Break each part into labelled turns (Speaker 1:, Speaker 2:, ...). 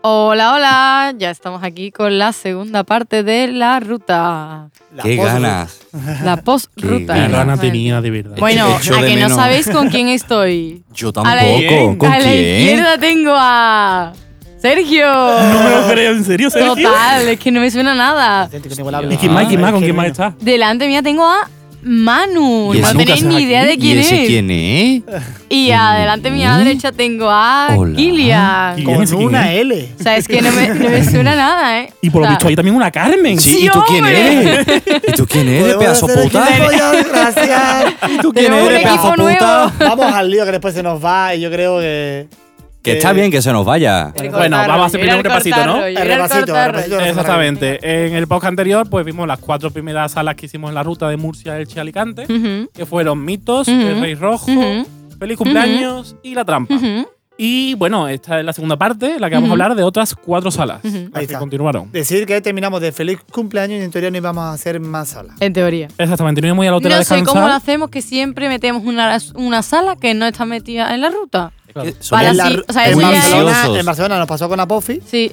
Speaker 1: Hola, hola, ya estamos aquí con la segunda parte de la ruta.
Speaker 2: La
Speaker 3: ¡Qué
Speaker 2: post-
Speaker 3: ganas!
Speaker 1: La post-ruta.
Speaker 3: Qué
Speaker 4: Qué ganas
Speaker 1: exactamente.
Speaker 4: tenía, de verdad.
Speaker 1: Bueno,
Speaker 3: Echo
Speaker 1: a
Speaker 3: de
Speaker 1: que no
Speaker 3: menos.
Speaker 1: sabéis con quién estoy.
Speaker 3: Yo
Speaker 1: A la,
Speaker 3: tampoco. ¿Con
Speaker 1: a la
Speaker 3: quién?
Speaker 1: izquierda tengo a Sergio.
Speaker 4: No me lo creo, ¿en serio, Sergio?
Speaker 1: Total, es que no me suena nada.
Speaker 2: Gente que tengo la-
Speaker 4: ¿Y quién más, quién más, con quién más
Speaker 2: no.
Speaker 4: está?
Speaker 1: Delante mía tengo a Manu.
Speaker 3: ¿Y
Speaker 1: No
Speaker 3: ese
Speaker 1: tenéis
Speaker 4: Lucas
Speaker 1: ni idea de quién
Speaker 3: ¿Y ese
Speaker 1: es.
Speaker 3: quién es?
Speaker 1: Y adelante mía a la
Speaker 3: ¿Eh?
Speaker 1: derecha tengo a
Speaker 3: Hola. Ah,
Speaker 1: Kilian.
Speaker 4: ¿Quién es?
Speaker 2: Con
Speaker 4: ¿Quién
Speaker 2: una
Speaker 4: es?
Speaker 2: L.
Speaker 1: O sea, es que no me, no me suena nada, ¿eh?
Speaker 4: Y por
Speaker 1: O
Speaker 4: lo
Speaker 1: sea,
Speaker 4: visto hay también una Carmen.
Speaker 3: Sí, ¿y tú
Speaker 1: ¡Sí,
Speaker 3: quién
Speaker 1: hombre!
Speaker 3: eres? ¿Y tú quién eres, pedazo
Speaker 2: Podemos hacer
Speaker 3: puta?
Speaker 2: equipo ya, Gracias.
Speaker 3: ¿Y tú
Speaker 1: Tenemos un
Speaker 3: pedazo
Speaker 1: equipo nuevo.
Speaker 3: puta?
Speaker 2: Vamos al lío que después se nos va y yo creo que.
Speaker 3: Que está bien que se nos vaya.
Speaker 1: El
Speaker 4: Bueno,
Speaker 1: cortarro,
Speaker 4: vamos a hacer
Speaker 1: yo era
Speaker 4: primero un
Speaker 1: el
Speaker 4: repasito, ¿no?
Speaker 1: cortarro, yo
Speaker 2: El
Speaker 1: era
Speaker 2: repasito, el
Speaker 1: cortarro.
Speaker 2: repasito.
Speaker 4: Exactamente. En el podcast anterior, pues vimos las cuatro primeras salas que hicimos en la ruta de Murcia, Elche, Alicante,
Speaker 1: Ujú,
Speaker 4: que fueron Mitos,
Speaker 1: Ujú.
Speaker 4: El Rey Rojo,
Speaker 1: ujú,
Speaker 4: Feliz Cumpleaños y La Trampa.
Speaker 1: ujú.
Speaker 4: Y bueno, esta es la segunda parte, en la que vamos
Speaker 1: Ujú.
Speaker 4: a hablar de otras cuatro salas.
Speaker 1: Ujú.
Speaker 2: Ahí
Speaker 4: Las que
Speaker 2: está.
Speaker 4: continuaron.
Speaker 2: Decir que terminamos de feliz cumpleaños y en teoría no íbamos a hacer más salas.
Speaker 1: En teoría.
Speaker 4: Exactamente, no íbamos a ir al hotel a
Speaker 1: No sé
Speaker 4: descansar.
Speaker 1: cómo lo hacemos que siempre metemos una, una sala que no está metida en la ruta.
Speaker 4: Claro.
Speaker 3: Somos
Speaker 1: Para
Speaker 2: en, la-
Speaker 1: sí, o sea,
Speaker 2: en
Speaker 1: eso ya
Speaker 2: Barcelona,
Speaker 3: es-
Speaker 2: en Barcelona nos pasó con Apofi,
Speaker 1: Sí,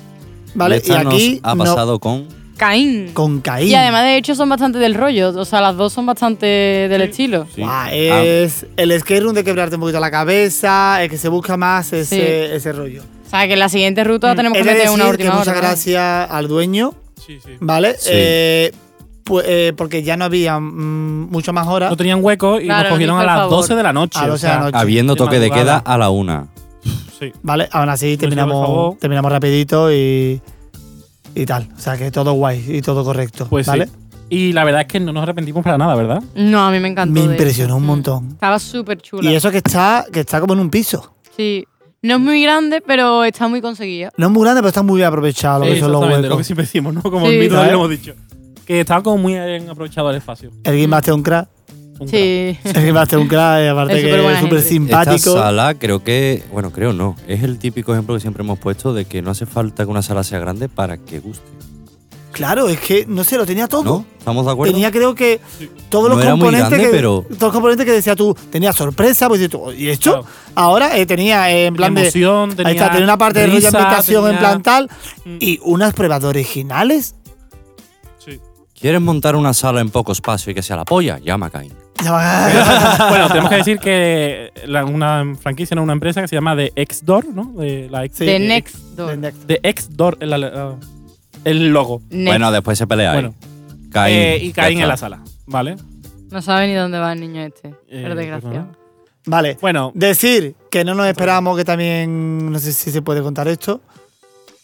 Speaker 2: ¿vale? Y
Speaker 3: Esta nos
Speaker 2: aquí
Speaker 3: ha
Speaker 2: no-
Speaker 3: pasado con...
Speaker 1: Caín.
Speaker 2: con Caín.
Speaker 1: Y además, de hecho, son bastante del rollo. O sea, las dos son bastante del estilo.
Speaker 3: Sí.
Speaker 2: Guau,
Speaker 3: Ah,
Speaker 2: es el skate room de quebrarte un poquito la cabeza, el que se busca más ese,
Speaker 1: Sí.
Speaker 2: ese rollo.
Speaker 1: O sea, que en la siguiente ruta
Speaker 4: Mm.
Speaker 1: tenemos
Speaker 2: He
Speaker 1: que
Speaker 2: de
Speaker 1: meter una
Speaker 2: decir que
Speaker 1: última hora.
Speaker 2: muchas
Speaker 1: ¿no?
Speaker 2: gracias al dueño,
Speaker 4: Sí, sí.
Speaker 2: ¿vale?
Speaker 3: Sí.
Speaker 2: Eh, pu- eh, porque ya no había mm, mucho más horas.
Speaker 4: No tenían hueco y
Speaker 1: Claro,
Speaker 4: nos
Speaker 1: nos
Speaker 4: cogieron
Speaker 1: hizo
Speaker 4: a
Speaker 1: el
Speaker 4: las
Speaker 1: favor.
Speaker 4: 12 de la noche.
Speaker 2: A las
Speaker 4: o
Speaker 2: 12 de la
Speaker 4: sea,
Speaker 2: noche.
Speaker 3: Habiendo
Speaker 4: De
Speaker 3: toque de queda
Speaker 4: madrugada.
Speaker 3: a la una.
Speaker 4: sí.
Speaker 2: Vale, aún así
Speaker 4: por favor.
Speaker 2: terminamos, terminamos rapidito y, y tal. O sea que todo guay y todo correcto.
Speaker 4: Pues sí.
Speaker 2: ¿vale?
Speaker 4: Y la verdad es que no nos arrepentimos para nada, ¿verdad?
Speaker 1: No, a mí me encantó.
Speaker 2: Me
Speaker 1: de
Speaker 2: impresionó
Speaker 1: hecho.
Speaker 2: un
Speaker 1: Mm.
Speaker 2: montón.
Speaker 1: Estaba súper chula.
Speaker 2: Y eso que está, que está como en un piso.
Speaker 1: Sí. No es muy grande, pero está muy conseguida.
Speaker 2: No es muy grande, pero está muy bien aprovechado lo que
Speaker 4: Sí,
Speaker 2: son los
Speaker 4: exactamente,
Speaker 2: huecos.
Speaker 4: lo que siempre decimos, ¿no? Como
Speaker 1: Sí.
Speaker 4: el mito
Speaker 2: ¿Sabes?
Speaker 4: lo hemos dicho. Que estaba como muy bien aprovechado el espacio.
Speaker 2: El Game Master un crack.
Speaker 4: Un
Speaker 1: Sí.
Speaker 2: El Game Master un crack, y aparte
Speaker 1: Es
Speaker 2: que
Speaker 1: superbuena
Speaker 2: es súper
Speaker 1: gente.
Speaker 3: Esta
Speaker 2: simpático.
Speaker 3: sala creo que... Bueno, creo no. Es el típico ejemplo que siempre hemos puesto de que no hace falta que una sala sea grande para que guste.
Speaker 2: Claro, es que no sé, lo tenía todo.
Speaker 3: ¿No? ¿Estamos de acuerdo?
Speaker 2: Tenía creo que todos
Speaker 3: No
Speaker 2: los
Speaker 3: era muy
Speaker 2: componentes
Speaker 3: grande,
Speaker 2: que
Speaker 3: pero-
Speaker 2: todos los componentes que decía tú, tenía sorpresa, pues y tú, ¿y esto?
Speaker 4: Claro.
Speaker 2: Ahora eh, tenía eh, en plan de
Speaker 4: Emoción, tenía
Speaker 2: Ahí está, tenía una parte de
Speaker 4: risa,
Speaker 2: representación en
Speaker 4: tenía-
Speaker 2: plan tal
Speaker 4: Mm.
Speaker 2: y unas pruebas de originales.
Speaker 4: Sí.
Speaker 3: ¿Quieres montar una sala en poco espacio y que sea la polla? Llama a Caín.
Speaker 4: bueno, tenemos que decir que la- una franquicia, no una empresa que se llama The X-Door, ¿no? De la ex,
Speaker 2: Sí.
Speaker 1: The
Speaker 2: eh,
Speaker 1: Next Door.
Speaker 4: The X-Door, el, el- el logo.
Speaker 1: Next.
Speaker 3: Bueno, después se pelea. ahí.
Speaker 4: Bueno.
Speaker 3: Caín.
Speaker 4: Eh, y
Speaker 3: ya
Speaker 4: Caín en
Speaker 3: está.
Speaker 4: la sala, ¿vale?
Speaker 1: No sabe ni dónde va el niño este.
Speaker 4: Eh,
Speaker 1: Pero desgraciado.
Speaker 4: perdona.
Speaker 2: Vale.
Speaker 4: Bueno,
Speaker 2: Decir que no nos esperamos, que también, no sé si se puede contar esto,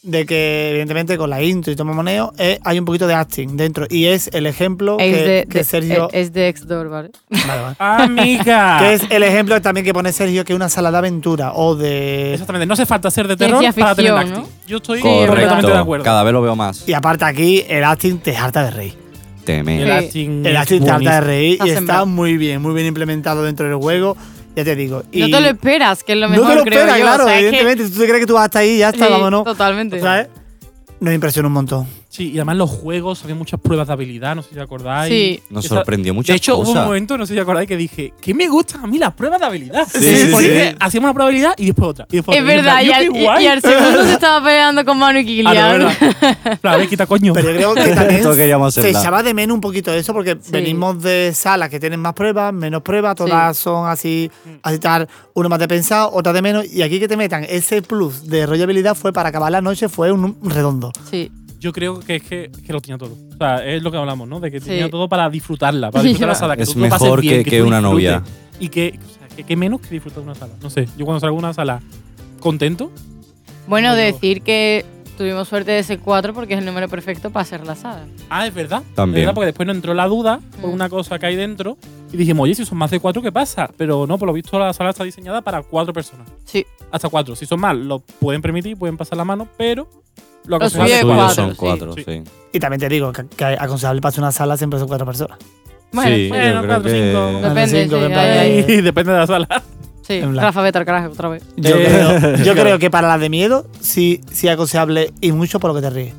Speaker 2: de que evidentemente con la intro y tomo moneo eh, hay un poquito de acting dentro y es el ejemplo
Speaker 1: Es
Speaker 2: que,
Speaker 1: de,
Speaker 2: que
Speaker 1: de-
Speaker 2: Sergio...
Speaker 1: es- es de ex door, ¿vale?
Speaker 2: Vale, vale.
Speaker 4: amiga.
Speaker 2: Que
Speaker 1: Ah.
Speaker 2: es el ejemplo también que pone Sergio que es una sala de aventura o de...
Speaker 4: Exactamente, no hace falta ser de terror
Speaker 1: Ciencia
Speaker 4: para tener
Speaker 1: ficción,
Speaker 4: acting. Yo estoy completamente
Speaker 3: Correcto.
Speaker 4: de acuerdo.
Speaker 3: Cada vez lo veo más.
Speaker 2: Y aparte aquí el acting te harta de reír.
Speaker 3: Teme.
Speaker 4: El
Speaker 1: Sí.
Speaker 4: acting.
Speaker 2: El
Speaker 4: es
Speaker 2: acting te harta de
Speaker 4: buenísimo.
Speaker 2: reír
Speaker 1: Está
Speaker 2: y está
Speaker 1: sembrado.
Speaker 2: muy bien, muy bien implementado dentro del juego. Ya te digo. Y
Speaker 1: No te lo esperas, que es lo
Speaker 2: No
Speaker 1: mejor,
Speaker 2: te lo
Speaker 1: creo
Speaker 2: esperas,
Speaker 1: yo.
Speaker 2: claro,
Speaker 1: o sea, es que-
Speaker 2: evidentemente. Si tú te crees que tú vas hasta ahí, ya está,
Speaker 1: Sí,
Speaker 2: vámonos.
Speaker 1: Totalmente.
Speaker 4: eh,
Speaker 2: ¿Sabes? Nos impresiona un montón.
Speaker 4: Sí, y además los juegos, había muchas pruebas de habilidad, no sé si os acordáis.
Speaker 1: Sí.
Speaker 3: Nos
Speaker 4: Esa-
Speaker 3: sorprendió muchas
Speaker 4: De hecho, hubo un
Speaker 3: cosas.
Speaker 4: momento, no sé si os acordáis, que dije, ¿qué me gustan a mí las pruebas de habilidad?
Speaker 2: sí,
Speaker 4: Porque
Speaker 2: sí.
Speaker 4: hacíamos una prueba de habilidad y después otra. Y después
Speaker 1: Es
Speaker 4: otra. Y en
Speaker 1: verdad,
Speaker 4: plan,
Speaker 1: y
Speaker 4: yo,
Speaker 1: al,
Speaker 4: qué
Speaker 1: y-
Speaker 4: guay.
Speaker 1: y al segundo se estaba peleando con Manu y
Speaker 4: Ah,
Speaker 1: Kilian.
Speaker 4: no, verdad. Plan, a ver, quita coño.
Speaker 2: Pero yo creo que
Speaker 3: Esto
Speaker 2: también
Speaker 3: queríamos
Speaker 2: se
Speaker 3: hacerla.
Speaker 2: echaba de menos un poquito eso, porque venimos de salas que tienen más pruebas, menos pruebas, todas son así,
Speaker 1: Mm.
Speaker 2: así tal, uno más de pensado, otra de menos, y aquí que te metan ese plus de rollabilidad fue para acabar la noche, fue un un redondo.
Speaker 1: Sí.
Speaker 4: Yo creo que es que, que lo tenía todo. O sea, es lo que hablamos, ¿no? De que
Speaker 1: Sí.
Speaker 4: tenía todo para disfrutarla, para disfrutar la sala. Que
Speaker 3: Es
Speaker 4: tú lo pases
Speaker 3: mejor
Speaker 4: bien,
Speaker 3: que- que
Speaker 4: tú
Speaker 3: una
Speaker 4: disfrutes.
Speaker 3: novia.
Speaker 4: Y que, o sea, que, que menos que disfrutar de una sala. No sé, yo cuando salgo de una sala contento,
Speaker 1: Bueno,
Speaker 4: Bueno.
Speaker 1: decir que tuvimos suerte de ese 4 porque es el número perfecto para hacer la sala.
Speaker 4: Ah, es verdad.
Speaker 3: También.
Speaker 4: Es verdad, porque después nos entró la duda por
Speaker 1: Mm.
Speaker 4: una cosa que hay dentro y dijimos, oye, si son más de cuatro, ¿qué pasa? Pero no, por lo visto la sala está diseñada para cuatro personas.
Speaker 1: Sí.
Speaker 4: Hasta cuatro. Si son más, lo pueden permitir, pueden pasar la mano, pero Lo
Speaker 1: Los
Speaker 3: Las
Speaker 1: suyos
Speaker 4: aconsejable es
Speaker 3: tuyas
Speaker 1: cuatro,
Speaker 3: son
Speaker 1: sí,
Speaker 3: cuatro,
Speaker 4: sí.
Speaker 3: sí.
Speaker 2: Y también te digo que, que aconsejable para hacer una sala siempre son cuatro personas.
Speaker 1: Bueno,
Speaker 3: Sí,
Speaker 4: bueno,
Speaker 3: yo creo
Speaker 4: cuatro,
Speaker 3: que-
Speaker 4: cinco.
Speaker 2: Cuatro,
Speaker 1: Depende,
Speaker 2: cinco,
Speaker 1: sí,
Speaker 2: en plan
Speaker 1: ahí-
Speaker 2: que-
Speaker 4: Y depende de la sala.
Speaker 1: Sí,
Speaker 2: en plan-
Speaker 1: Rafa, vete al carajo otra vez.
Speaker 2: Yo,
Speaker 4: Eh,
Speaker 2: creo, yo
Speaker 4: claro.
Speaker 2: creo que para la de miedo sí, sí es aconsejable y mucho por lo que te ríes.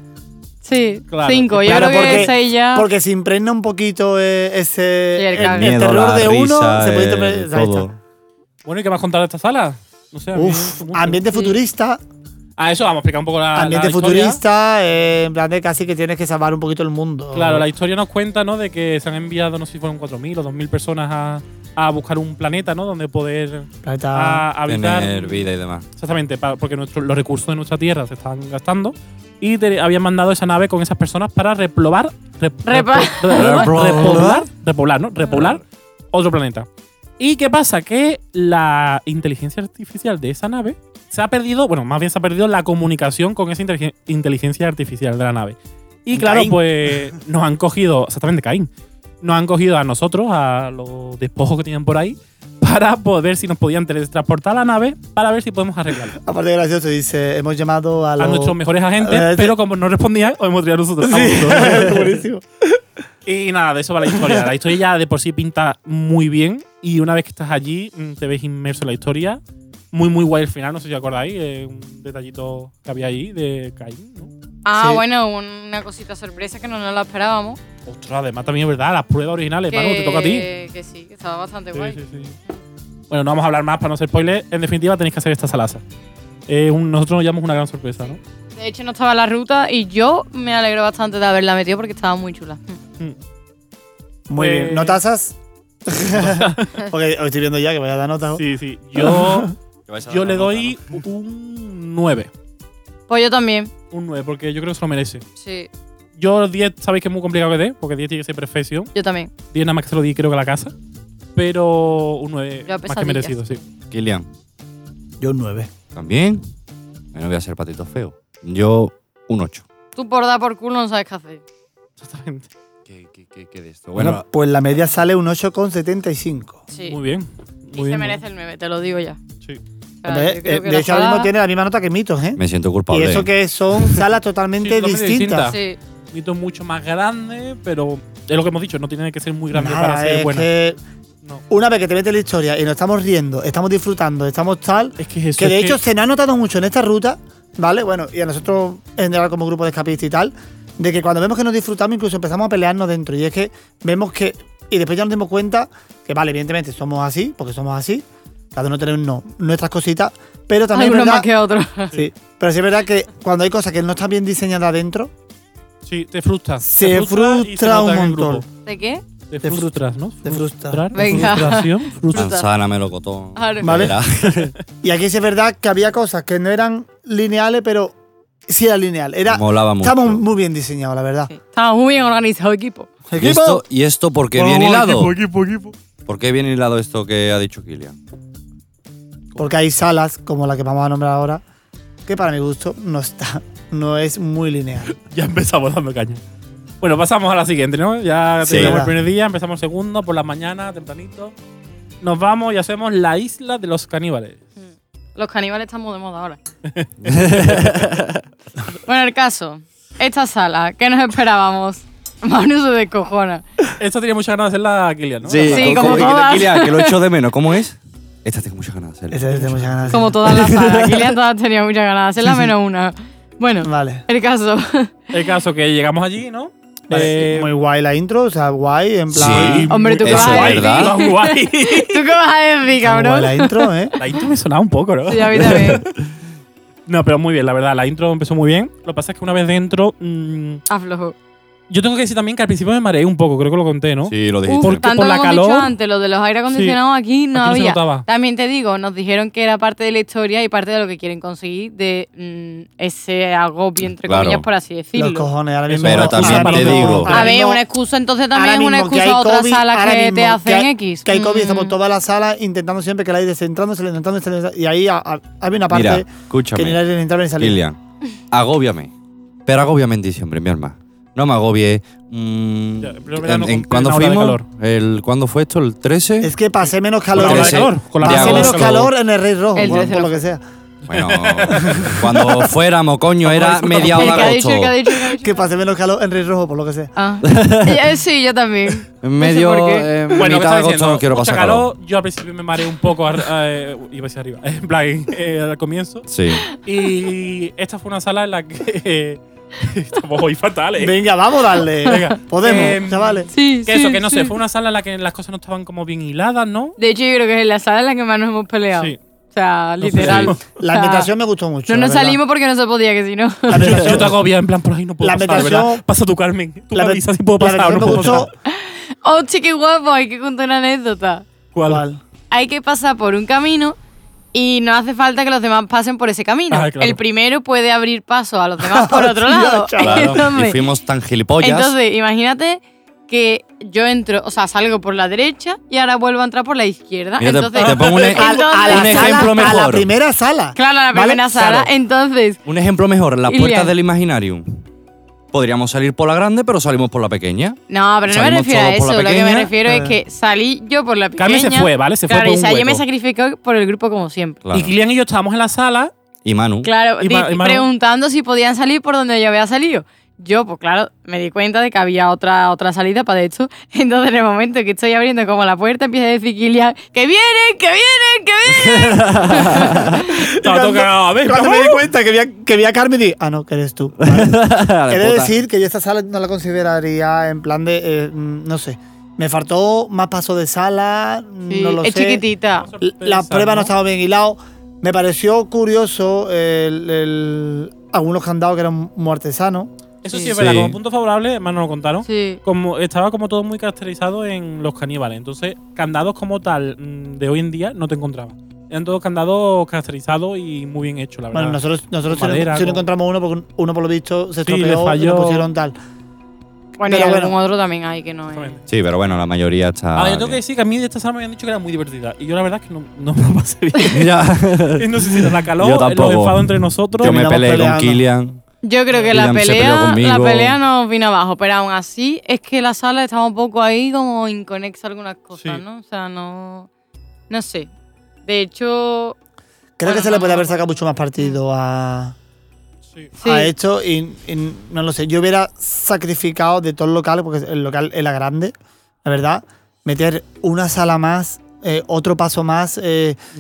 Speaker 1: Sí,
Speaker 4: Claro.
Speaker 1: cinco. Yo
Speaker 2: Claro,
Speaker 1: creo que
Speaker 2: porque-
Speaker 1: seis ya.
Speaker 2: Porque se impregna un poquito eh, ese
Speaker 1: Ah. Sí, el
Speaker 2: el,
Speaker 1: cable.
Speaker 2: el
Speaker 1: Miedo,
Speaker 2: terror
Speaker 3: la
Speaker 2: de uno.
Speaker 3: risa,
Speaker 2: se puede
Speaker 3: eh,
Speaker 2: interpretar- ahí
Speaker 3: todo.
Speaker 4: Bueno, ¿y qué más contar de esta sala? No sé. a
Speaker 2: está.
Speaker 4: mí me
Speaker 2: Uf,
Speaker 4: gusta mucho.
Speaker 2: ambiente futurista,
Speaker 4: Ah, eso vamos a explicar un poco la. la
Speaker 2: ambiente
Speaker 4: historia.
Speaker 2: futurista, eh, en plan de casi que tienes que salvar un poquito el mundo.
Speaker 4: Claro, la historia nos cuenta, ¿no? De que se han enviado, no sé si fueron 4.000 o 2.000 personas a, a buscar un planeta, ¿no? Donde poder a-
Speaker 2: Planeta-
Speaker 4: habitar.
Speaker 3: Tener vida y demás.
Speaker 4: Exactamente, pa- porque nuestro- los recursos de nuestra Tierra se están gastando. Y te- habían mandado esa nave con esas personas para replobar. rep-
Speaker 1: Repa-
Speaker 4: repro- repoblar. Repoblar, ¿no? Repoblar otro planeta. ¿Y qué pasa? Que la inteligencia artificial de esa nave se ha perdido, bueno, más bien se ha perdido la comunicación con esa inteligen- inteligencia artificial de la nave. Y claro,
Speaker 2: Caín.
Speaker 4: pues nos han cogido, exactamente Caín, nos han cogido a nosotros, a los despojos que tenían por ahí, para poder ver si nos podían teletransportar a la nave, para ver si podemos arreglarlo.
Speaker 2: Aparte de gracioso, dice, hemos llamado a,
Speaker 4: A
Speaker 2: los-
Speaker 4: nuestros mejores agentes,
Speaker 2: a-
Speaker 4: pero como no respondían, os hemos tirado nosotros. a vosotros.
Speaker 2: Buenísimo.
Speaker 4: Y nada, de eso va la historia. La historia ya de por sí pinta muy bien. Y una vez que estás allí, mm, te ves inmerso en la historia. Muy, muy guay el final, no sé si os acordáis. eh, un detallito que había ahí de Caín, ¿no?
Speaker 1: Ah,
Speaker 2: Sí.
Speaker 1: bueno, una cosita sorpresa que no nos la esperábamos.
Speaker 4: Ostras, además también es verdad, las pruebas originales,
Speaker 1: que,
Speaker 4: Manu, te toca a ti.
Speaker 1: Que sí, que estaba bastante
Speaker 4: Sí,
Speaker 1: guay.
Speaker 4: sí, sí. Bueno, no vamos a hablar más para no ser spoiler. En definitiva, tenéis que hacer esta salaza. Eh, un- nosotros nos llamamos una gran sorpresa, ¿no?
Speaker 1: De hecho, no estaba en la ruta y yo me alegro bastante de haberla metido porque estaba muy chula.
Speaker 2: Muy
Speaker 4: Eh.
Speaker 2: bien. ¿Notasas? Porque hoy estoy viendo ya que voy a dar nota. ¿no?
Speaker 4: Sí, sí. Yo, yo le doy un 9.
Speaker 1: Pues yo también.
Speaker 4: Un 9, porque yo creo que se lo merece.
Speaker 1: Sí,
Speaker 4: Yo 10 sabéis que es muy complicado que dé, porque 10 tiene que ser perfección.
Speaker 1: yo también.
Speaker 4: 10 nada más que se lo di creo que a la casa. Pero un 9
Speaker 1: Yo a
Speaker 4: más que
Speaker 1: pesadillas.
Speaker 4: merecido, sí.
Speaker 3: Kilian,
Speaker 2: Yo un 9.
Speaker 3: ¿también? Bueno, voy a ser patito feo. Yo un 8.
Speaker 1: Tú por dar por culo no sabes qué hacer.
Speaker 4: Exactamente.
Speaker 3: ¿Qué, qué, qué, qué de esto?
Speaker 2: Bueno,
Speaker 3: Bueno,
Speaker 2: pues la media sale un 8,75.
Speaker 1: Sí.
Speaker 4: Muy bien.
Speaker 1: y
Speaker 4: Muy
Speaker 1: se
Speaker 4: bien,
Speaker 1: merece el 9, te lo digo ya.
Speaker 4: Sí.
Speaker 1: O sea,
Speaker 2: Entonces,
Speaker 1: yo creo
Speaker 2: eh,
Speaker 1: que
Speaker 2: de
Speaker 1: la
Speaker 2: hecho, ahora mismo
Speaker 1: sala-
Speaker 2: tiene la misma nota que Mitos, ¿eh?
Speaker 3: me siento culpable.
Speaker 2: Y eso que son salas totalmente
Speaker 4: Sí, totalmente
Speaker 2: distintas.
Speaker 4: distintas.
Speaker 1: Sí,
Speaker 4: Un mito mucho más grande, pero es lo que hemos dicho, no tiene que ser muy grande
Speaker 2: Nada,
Speaker 4: para ser
Speaker 2: es
Speaker 4: buena.
Speaker 2: que
Speaker 4: No.
Speaker 2: una vez que te metes en la historia y nos estamos riendo, estamos disfrutando, estamos tal,
Speaker 4: Es que es eso.
Speaker 2: que de
Speaker 4: es
Speaker 2: hecho se nos ha notado mucho en esta ruta, ¿vale? Bueno, y a nosotros en general como grupo de escapistas y tal, de que cuando vemos que nos disfrutamos incluso empezamos a pelearnos dentro y es que vemos que, y después ya nos dimos cuenta que vale, evidentemente somos así, porque somos así, cada uno tenemos no- nuestras cositas, pero
Speaker 1: hay
Speaker 2: también
Speaker 1: uno
Speaker 2: es verdad,
Speaker 1: más que otro.
Speaker 2: sí, pero sí es verdad que cuando hay cosas que no están bien diseñadas dentro,
Speaker 4: Sí, te frustras.
Speaker 2: Se
Speaker 4: Te frustras y se
Speaker 2: frustra un
Speaker 4: nota en el
Speaker 2: montón.
Speaker 4: grupo.
Speaker 1: ¿De qué?
Speaker 4: Te,
Speaker 2: Te
Speaker 4: frustras, ¿no?
Speaker 2: te frustra.
Speaker 4: Frustrar,
Speaker 1: Venga.
Speaker 4: Frustración. frustra-
Speaker 3: Manzana, melocotón.
Speaker 1: Ahora-
Speaker 2: Vale.
Speaker 3: Verá.
Speaker 2: Y aquí sí es verdad que había cosas que no eran lineales, pero sí era lineal. Era,
Speaker 3: Molaba mucho.
Speaker 2: estaba muy bien diseñado, la verdad.
Speaker 1: Sí. Estaba muy bien organizado, equipo.
Speaker 3: ¿Y esto, ¿Y esto por qué viene hilado?
Speaker 4: equipo, equipo.
Speaker 3: ¿Por qué viene hilado esto que ha dicho Kilian?
Speaker 2: Porque hay salas, como la que vamos a nombrar ahora, que para mi gusto no está. No es muy lineal.
Speaker 4: Ya empezamos dando caña. Bueno, pasamos a la siguiente, ¿no? Ya
Speaker 3: Sí.
Speaker 4: terminamos el
Speaker 2: Venga.
Speaker 4: primer día, empezamos el segundo, por la mañana, tempranito. Nos vamos y hacemos la isla de los caníbales.
Speaker 1: Los caníbales están muy de moda ahora. bueno, el caso. Esta sala, ¿qué nos esperábamos? Manu se descojona.
Speaker 4: Esto tenía muchas ganas de hacerla Kilian, ¿no?
Speaker 1: Sí, como
Speaker 3: que-
Speaker 1: todas.
Speaker 3: Kilian, que lo echo de menos. ¿Cómo es?
Speaker 1: Este
Speaker 3: ¿Este Esta tengo muchas ganas de
Speaker 2: Esa
Speaker 3: hacerla.
Speaker 2: es de Este, muchas ganas.
Speaker 1: Como todas las salas. Kilian todas tenía muchas ganas de hacerla, menos una. Bueno,
Speaker 2: Vale.
Speaker 1: el caso.
Speaker 4: El caso que llegamos allí, ¿no?
Speaker 2: Vale,
Speaker 4: Eh,
Speaker 2: muy guay la intro, o sea, guay, en plan.
Speaker 3: Sí,
Speaker 1: Hombre, ¿tú qué
Speaker 3: eso
Speaker 1: vas a
Speaker 3: es
Speaker 1: decir?
Speaker 3: verdad.
Speaker 4: Muy guay.
Speaker 1: ¿Tú qué vas a decir,
Speaker 2: Muy guay
Speaker 1: cabrón?
Speaker 2: la intro, ¿eh?
Speaker 4: La intro me sonaba un poco, ¿no?
Speaker 1: Sí, a mí también.
Speaker 4: No, pero muy bien, la verdad. La intro empezó muy bien. Lo que pasa es que una vez dentro. mm,
Speaker 1: Aflojo.
Speaker 4: yo tengo que decir también que al principio me mareé un poco, creo que lo conté, ¿no?
Speaker 3: Sí, lo dijiste.
Speaker 1: Uf,
Speaker 4: Porque
Speaker 1: tanto
Speaker 4: por la
Speaker 1: como hemos dicho
Speaker 4: calor-
Speaker 1: antes, lo de los aire acondicionados aquí no
Speaker 4: Aquí no se
Speaker 1: había.
Speaker 4: notaba.
Speaker 1: También te digo, nos dijeron que era parte de la historia y parte de lo que quieren conseguir de mm, ese agobio, entre
Speaker 3: Claro.
Speaker 1: comillas, por así decirlo.
Speaker 2: Los cojones, ahora mismo.
Speaker 4: Pero
Speaker 2: ahora
Speaker 4: también te
Speaker 2: mismo-
Speaker 3: digo-
Speaker 2: ahora
Speaker 1: A ver,
Speaker 2: mismo-
Speaker 1: una excusa entonces también
Speaker 2: ahora
Speaker 1: es una
Speaker 2: mismo que
Speaker 1: excusa
Speaker 2: hay
Speaker 1: a otras
Speaker 2: COVID,
Speaker 1: salas
Speaker 2: ahora
Speaker 1: que
Speaker 2: mismo
Speaker 1: te hacen
Speaker 2: hay-
Speaker 1: X.
Speaker 2: Que hay COVID,
Speaker 1: Mm.
Speaker 2: estamos todas las salas intentando siempre que el aire esté entrando, saliendo, entrando, saliendo, y ahí a- a- había una parte
Speaker 3: Mira,
Speaker 2: que ni el
Speaker 3: escúchame,
Speaker 2: aire ni entraba ni salía.
Speaker 3: Kilian. Agóbiame. Pero agóbiame en diciembre, mi alma. No me agobie. mm,
Speaker 4: Ya, pero verano con
Speaker 3: ¿Cuándo
Speaker 4: plena ola de
Speaker 3: fuimos?
Speaker 4: calor.
Speaker 3: El, ¿Cuándo fue esto? ¿El 13?
Speaker 2: Es que pasé menos
Speaker 4: Con la
Speaker 2: calor.
Speaker 4: ola de
Speaker 3: Ese-
Speaker 4: calor. Con la
Speaker 3: de
Speaker 2: pasé
Speaker 4: ola de
Speaker 2: menos
Speaker 3: agosto.
Speaker 2: calor en el Rey Rojo,
Speaker 1: El E
Speaker 2: por,
Speaker 1: 13
Speaker 2: por lo
Speaker 1: no
Speaker 2: que sea.
Speaker 3: Bueno, cuando fuéramos, coño, era media
Speaker 1: El
Speaker 3: hora
Speaker 1: que
Speaker 3: de
Speaker 1: ha dicho, el que ha
Speaker 3: agosto.
Speaker 1: dicho, el que ha dicho.
Speaker 2: Que pase menos calor Henry Rojo, por lo que sea.
Speaker 1: Ah. Eh, Sí, yo también.
Speaker 3: Medio,
Speaker 1: No sé por qué.
Speaker 3: eh,
Speaker 4: Bueno,
Speaker 3: mitad
Speaker 4: ¿qué
Speaker 3: de
Speaker 4: estaba
Speaker 3: agosto
Speaker 4: diciendo?
Speaker 3: no quiero
Speaker 4: O sea,
Speaker 3: pasar calor.
Speaker 4: Yo al principio me mareé un poco, ar- eh, iba a decir arriba, en plan, eh, al comienzo.
Speaker 3: Sí.
Speaker 4: Y esta fue una sala en la que estamos hoy fatales.
Speaker 2: Venga, vamos a darle.
Speaker 4: Venga.
Speaker 2: Podemos,
Speaker 4: Em,
Speaker 2: chavales.
Speaker 1: Sí,
Speaker 4: Que
Speaker 1: sí,
Speaker 4: eso, que no
Speaker 1: sí.
Speaker 4: sé, fue una sala en la que las cosas no estaban como bien hiladas, ¿no?
Speaker 1: De hecho, yo creo que es la sala en la que más nos hemos peleado.
Speaker 4: Sí.
Speaker 1: O sea,
Speaker 4: No sé.
Speaker 1: literal.
Speaker 4: Sí.
Speaker 1: O
Speaker 2: La
Speaker 1: sea,
Speaker 2: ambientación me gustó mucho.
Speaker 1: No nos
Speaker 2: la verdad.
Speaker 1: salimos porque no se podía, que si no.
Speaker 2: La
Speaker 4: Yo,
Speaker 2: ambientación-
Speaker 4: yo te agobia en plan, por ahí no puedo
Speaker 2: La
Speaker 4: pasar,
Speaker 2: ambientación-
Speaker 4: ¿verdad? Pasa tu Carmen. Tú
Speaker 2: La
Speaker 4: me
Speaker 2: ve-
Speaker 4: avisas si puedo
Speaker 2: la
Speaker 4: pasar o no
Speaker 2: ambientación
Speaker 4: puedo
Speaker 2: me gustó.
Speaker 4: pasar.
Speaker 1: ¡Oh, che, qué guapo! Hay que contar una anécdota.
Speaker 2: ¿Cuál?
Speaker 1: Hay que pasar por un camino y no hace falta que los demás pasen por ese camino.
Speaker 4: Ah, claro.
Speaker 1: El primero puede abrir paso a los demás por otro lado.
Speaker 2: Tío, chaval.
Speaker 3: Claro. Y
Speaker 1: Entonces,
Speaker 3: fuimos tan gilipollas.
Speaker 1: entonces, imagínate que yo entro, o sea, salgo por la derecha y ahora vuelvo a entrar por la izquierda.
Speaker 3: Mira, te-
Speaker 1: entonces,
Speaker 3: te pongo un e-
Speaker 2: Al- a
Speaker 1: entonces-
Speaker 2: la
Speaker 3: Un ejemplo
Speaker 2: sala- A la
Speaker 3: mejor.
Speaker 2: primera sala.
Speaker 1: claro, a la
Speaker 2: ¿Vale?
Speaker 1: primera sala.
Speaker 2: Claro.
Speaker 1: Entonces,
Speaker 3: Un ejemplo mejor, las
Speaker 1: Ilian.
Speaker 3: puertas del Imaginarium. Podríamos salir por la grande, pero salimos por la pequeña.
Speaker 1: No, pero no me
Speaker 3: Salimos
Speaker 1: refiero a
Speaker 3: todos por
Speaker 1: eso.
Speaker 3: la
Speaker 1: Lo que me
Speaker 3: pequeña.
Speaker 1: refiero es
Speaker 2: Ah.
Speaker 1: que salí yo por la pequeña.
Speaker 4: Carmen eh. se fue, ¿vale? Se fue
Speaker 1: claro,
Speaker 4: por
Speaker 1: y
Speaker 4: un
Speaker 1: sea, yo me
Speaker 4: hueco.
Speaker 1: sacrificé por el grupo como siempre.
Speaker 3: Claro.
Speaker 4: Y Kilian y yo estábamos en la sala.
Speaker 3: Y Manu.
Speaker 1: Claro,
Speaker 4: Y
Speaker 1: di-
Speaker 4: Ma- y Manu-
Speaker 1: preguntando si podían salir por donde yo había salido. Yo, pues claro, me di cuenta de que había otra, otra salida para esto. Entonces, en el momento que estoy abriendo como la puerta, empieza a decir Kilian, ¡que vienen, que vienen, que vienen!
Speaker 4: Estaba todo cagado, a ver,
Speaker 2: Cuando
Speaker 4: vamos.
Speaker 2: me di cuenta que vi a, que vi a Carmen y di, ah, no, que eres tú.
Speaker 3: La
Speaker 2: He de
Speaker 3: puta.
Speaker 2: decir que yo esta sala no la consideraría en plan de, eh, mm, no sé, me faltó más paso de sala,
Speaker 1: Sí,
Speaker 2: no lo
Speaker 1: es
Speaker 2: sé.
Speaker 1: chiquitita.
Speaker 2: L- La prueba no estaba bien hilado. Me pareció curioso el- el- algunos candados que eran muy artesanos.
Speaker 4: Eso sí,
Speaker 1: Sí.
Speaker 4: es verdad.
Speaker 3: Sí.
Speaker 4: Como punto favorable, más nos lo contaron.
Speaker 1: Sí.
Speaker 4: Como, estaba como todo muy caracterizado en los caníbales. Entonces, candados como tal mm, de hoy en día no te encontraba. Eran todos candados caracterizados y muy bien hechos, la verdad.
Speaker 2: Bueno, nosotros, nosotros sí no-
Speaker 4: madera,
Speaker 2: sí no
Speaker 4: con-
Speaker 2: encontramos uno porque uno por lo visto se
Speaker 4: Sí, le
Speaker 2: estropeó y
Speaker 4: falló.
Speaker 2: lo pusieron tal.
Speaker 1: Bueno, y
Speaker 2: Pero
Speaker 1: algún
Speaker 2: bueno.
Speaker 1: otro también hay que no es.
Speaker 4: Exactamente.
Speaker 3: Sí, pero bueno, la mayoría está.
Speaker 4: Ahora, Ah, yo tengo que decir que a mí de esta sala me habían dicho que era muy divertida. Y yo, la verdad, es que no, no me lo pasé bien.
Speaker 3: Mira,
Speaker 4: Y no sé si era la calor,
Speaker 3: Yo
Speaker 4: los
Speaker 3: tampoco.
Speaker 4: enfados entre nosotros.
Speaker 3: yo me
Speaker 2: Terminamos
Speaker 3: peleé con
Speaker 2: peleando.
Speaker 3: Kilian.
Speaker 1: Yo creo que la
Speaker 3: William se peleó
Speaker 1: pelea, la
Speaker 3: conmigo.
Speaker 1: pelea nos vino abajo, pero aún así es que la sala estaba un poco ahí como inconexa algunas cosas,
Speaker 4: Sí.
Speaker 1: ¿no? O sea, no, no sé. De hecho,
Speaker 2: Creo
Speaker 1: Bueno,
Speaker 2: que se le
Speaker 1: no,
Speaker 2: puede
Speaker 1: no,
Speaker 2: haber
Speaker 1: no.
Speaker 2: sacado mucho más partido a,
Speaker 4: Sí.
Speaker 1: sí.
Speaker 2: a esto y, y no lo sé. Yo hubiera sacrificado de todo el local, porque el local era grande, la verdad, meter una sala más, eh, otro paso más,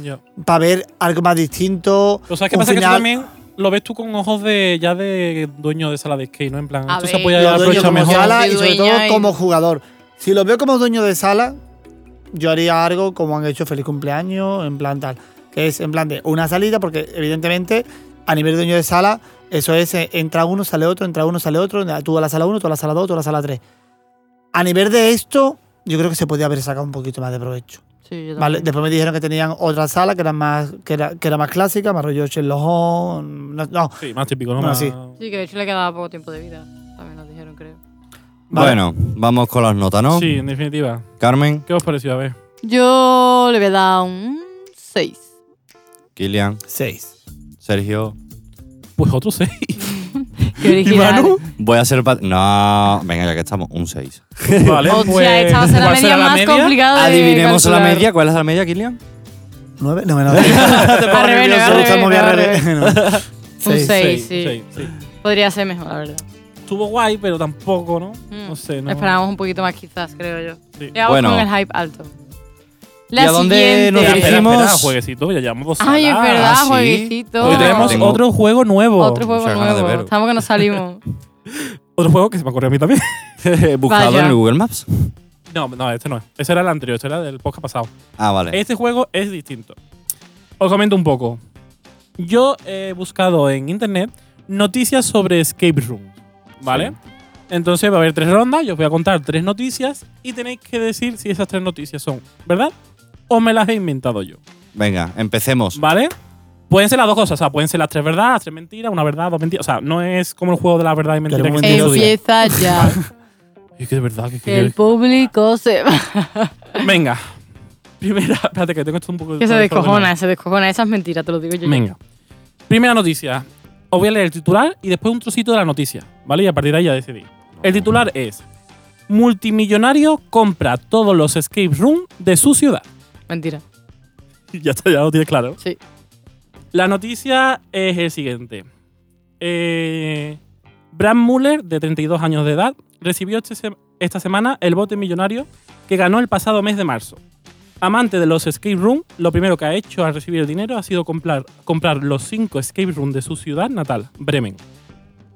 Speaker 4: Ya.
Speaker 2: para ver algo más distinto.
Speaker 4: O sea, que
Speaker 2: un
Speaker 4: pasa que tú
Speaker 2: final-
Speaker 4: también lo ves tú con ojos de ya de dueño de sala de skate, ¿no? En plan,
Speaker 1: A
Speaker 4: esto
Speaker 1: ver,
Speaker 4: se puede
Speaker 2: los dueños
Speaker 4: aprovechar
Speaker 2: como
Speaker 4: mejor.
Speaker 2: sala
Speaker 1: De
Speaker 2: y sobre
Speaker 1: dueña
Speaker 2: todo
Speaker 1: y-
Speaker 2: como jugador. Si lo veo como dueño de sala, yo haría algo como han hecho feliz cumpleaños, en plan tal. Que es en plan de una salida, porque evidentemente a nivel dueño de sala, eso es eh, entra uno, sale otro, entra uno, sale otro, tú a la sala 1, tú a la sala 2, tú a la sala 3. A nivel de esto, yo creo que se podía haber sacado un poquito más de provecho.
Speaker 1: Sí, yo
Speaker 2: ¿vale?
Speaker 1: también.
Speaker 2: Después me dijeron que tenían otra sala que era más, que era, que era más clásica, más rollo Sherlock no, no,
Speaker 4: Ah, Sí, más típico, ¿no?
Speaker 2: No,
Speaker 4: Más-
Speaker 2: sí.
Speaker 1: Sí, que de hecho le quedaba poco tiempo de vida. También nos dijeron, creo.
Speaker 2: Vale.
Speaker 3: Bueno, vamos con las notas, ¿no?
Speaker 4: Sí, en definitiva.
Speaker 3: Carmen,
Speaker 4: ¿Qué os pareció? A ver.
Speaker 1: Yo le voy a dar un 6.
Speaker 3: Kilian,
Speaker 2: 6.
Speaker 3: Sergio.
Speaker 4: Pues otro 6.
Speaker 1: Qué original.
Speaker 3: Voy a ser. pat- No, venga, ya que estamos, un 6.
Speaker 4: vale,
Speaker 1: O
Speaker 4: pues,
Speaker 1: sea, esta va a ser la
Speaker 4: ¿cuál
Speaker 1: media
Speaker 4: será
Speaker 1: más
Speaker 4: media?
Speaker 1: complicada de
Speaker 3: Adivinemos la
Speaker 1: calcular.
Speaker 3: media. ¿Cuál es la media, Kilian?
Speaker 2: 9, no, no. no.
Speaker 1: Al revés, no, al
Speaker 2: Nosotros
Speaker 1: revés,
Speaker 2: estamos bien
Speaker 1: no, al
Speaker 2: al
Speaker 1: revés.
Speaker 2: revés.
Speaker 1: Un
Speaker 2: Seis.
Speaker 1: 6, sí.
Speaker 4: sí, sí.
Speaker 1: Podría ser mejor, la verdad.
Speaker 4: Estuvo guay, pero tampoco, ¿no?
Speaker 1: Mm.
Speaker 4: No sé, no.
Speaker 1: Esperábamos un poquito más, quizás, creo yo.
Speaker 4: Sí.
Speaker 1: Llevamos
Speaker 3: Bueno.
Speaker 1: con el hype alto.
Speaker 3: ¿Y a dónde nos
Speaker 4: Espera, espera,
Speaker 3: Dijimos-
Speaker 4: jueguecito, ya llevamos dos
Speaker 1: Ay, es
Speaker 4: salas.
Speaker 1: verdad,
Speaker 3: sí.
Speaker 1: jueguecito.
Speaker 4: Hoy
Speaker 3: Yo
Speaker 4: tenemos
Speaker 3: tengo
Speaker 4: otro juego nuevo.
Speaker 1: Otro juego
Speaker 3: muchas ganas de
Speaker 1: nuevo.
Speaker 3: verlo.
Speaker 1: Estamos que nos salimos.
Speaker 4: Otro juego que se me ocurrió a mí también.
Speaker 3: Buscado
Speaker 1: Vaya.
Speaker 3: en el Google Maps.
Speaker 4: no, no, este no es. Ese era el anterior, ese era del podcast pasado.
Speaker 3: Ah, vale.
Speaker 4: Este juego es distinto. Os comento un poco. Yo he buscado en internet noticias sobre escape rooms, ¿vale? Entonces va a haber tres rondas, yo os voy a contar tres noticias y tenéis que decir si esas tres noticias son verdad o me las he inventado yo,
Speaker 3: Venga, empecemos.
Speaker 4: ¿vale? Pueden ser las dos cosas, o sea, pueden ser las tres verdad, las tres mentiras, una verdad, dos mentiras, o sea, no es como el juego de la verdad y mentira
Speaker 2: Queremos
Speaker 4: que se
Speaker 2: mentir.
Speaker 4: estudia.
Speaker 1: Empieza ya.
Speaker 4: Es que de verdad que,
Speaker 1: que
Speaker 4: que-
Speaker 1: el público se va.
Speaker 4: Venga. Primera, espérate que tengo esto un poco
Speaker 1: Que se
Speaker 4: desordenado.
Speaker 1: descojona, se descojona. Esa es mentira, te lo digo yo.
Speaker 4: Venga. Primera noticia. Os voy a leer el titular y después un trocito de la noticia, ¿vale? Y a partir de ahí ya decidí. El titular es: Multimillonario compra todos los escape room de su ciudad.
Speaker 1: Mentira.
Speaker 4: Y ya está, ya lo tienes claro.
Speaker 1: Sí.
Speaker 4: La noticia es el siguiente. Eh, Bram Muller, de 32 años de edad, recibió este se- esta semana el bote millonario que ganó el pasado mes de marzo. Amante de los escape room, lo primero que ha hecho al recibir el dinero ha sido comprar, comprar los 5 escape room de su ciudad natal, Bremen.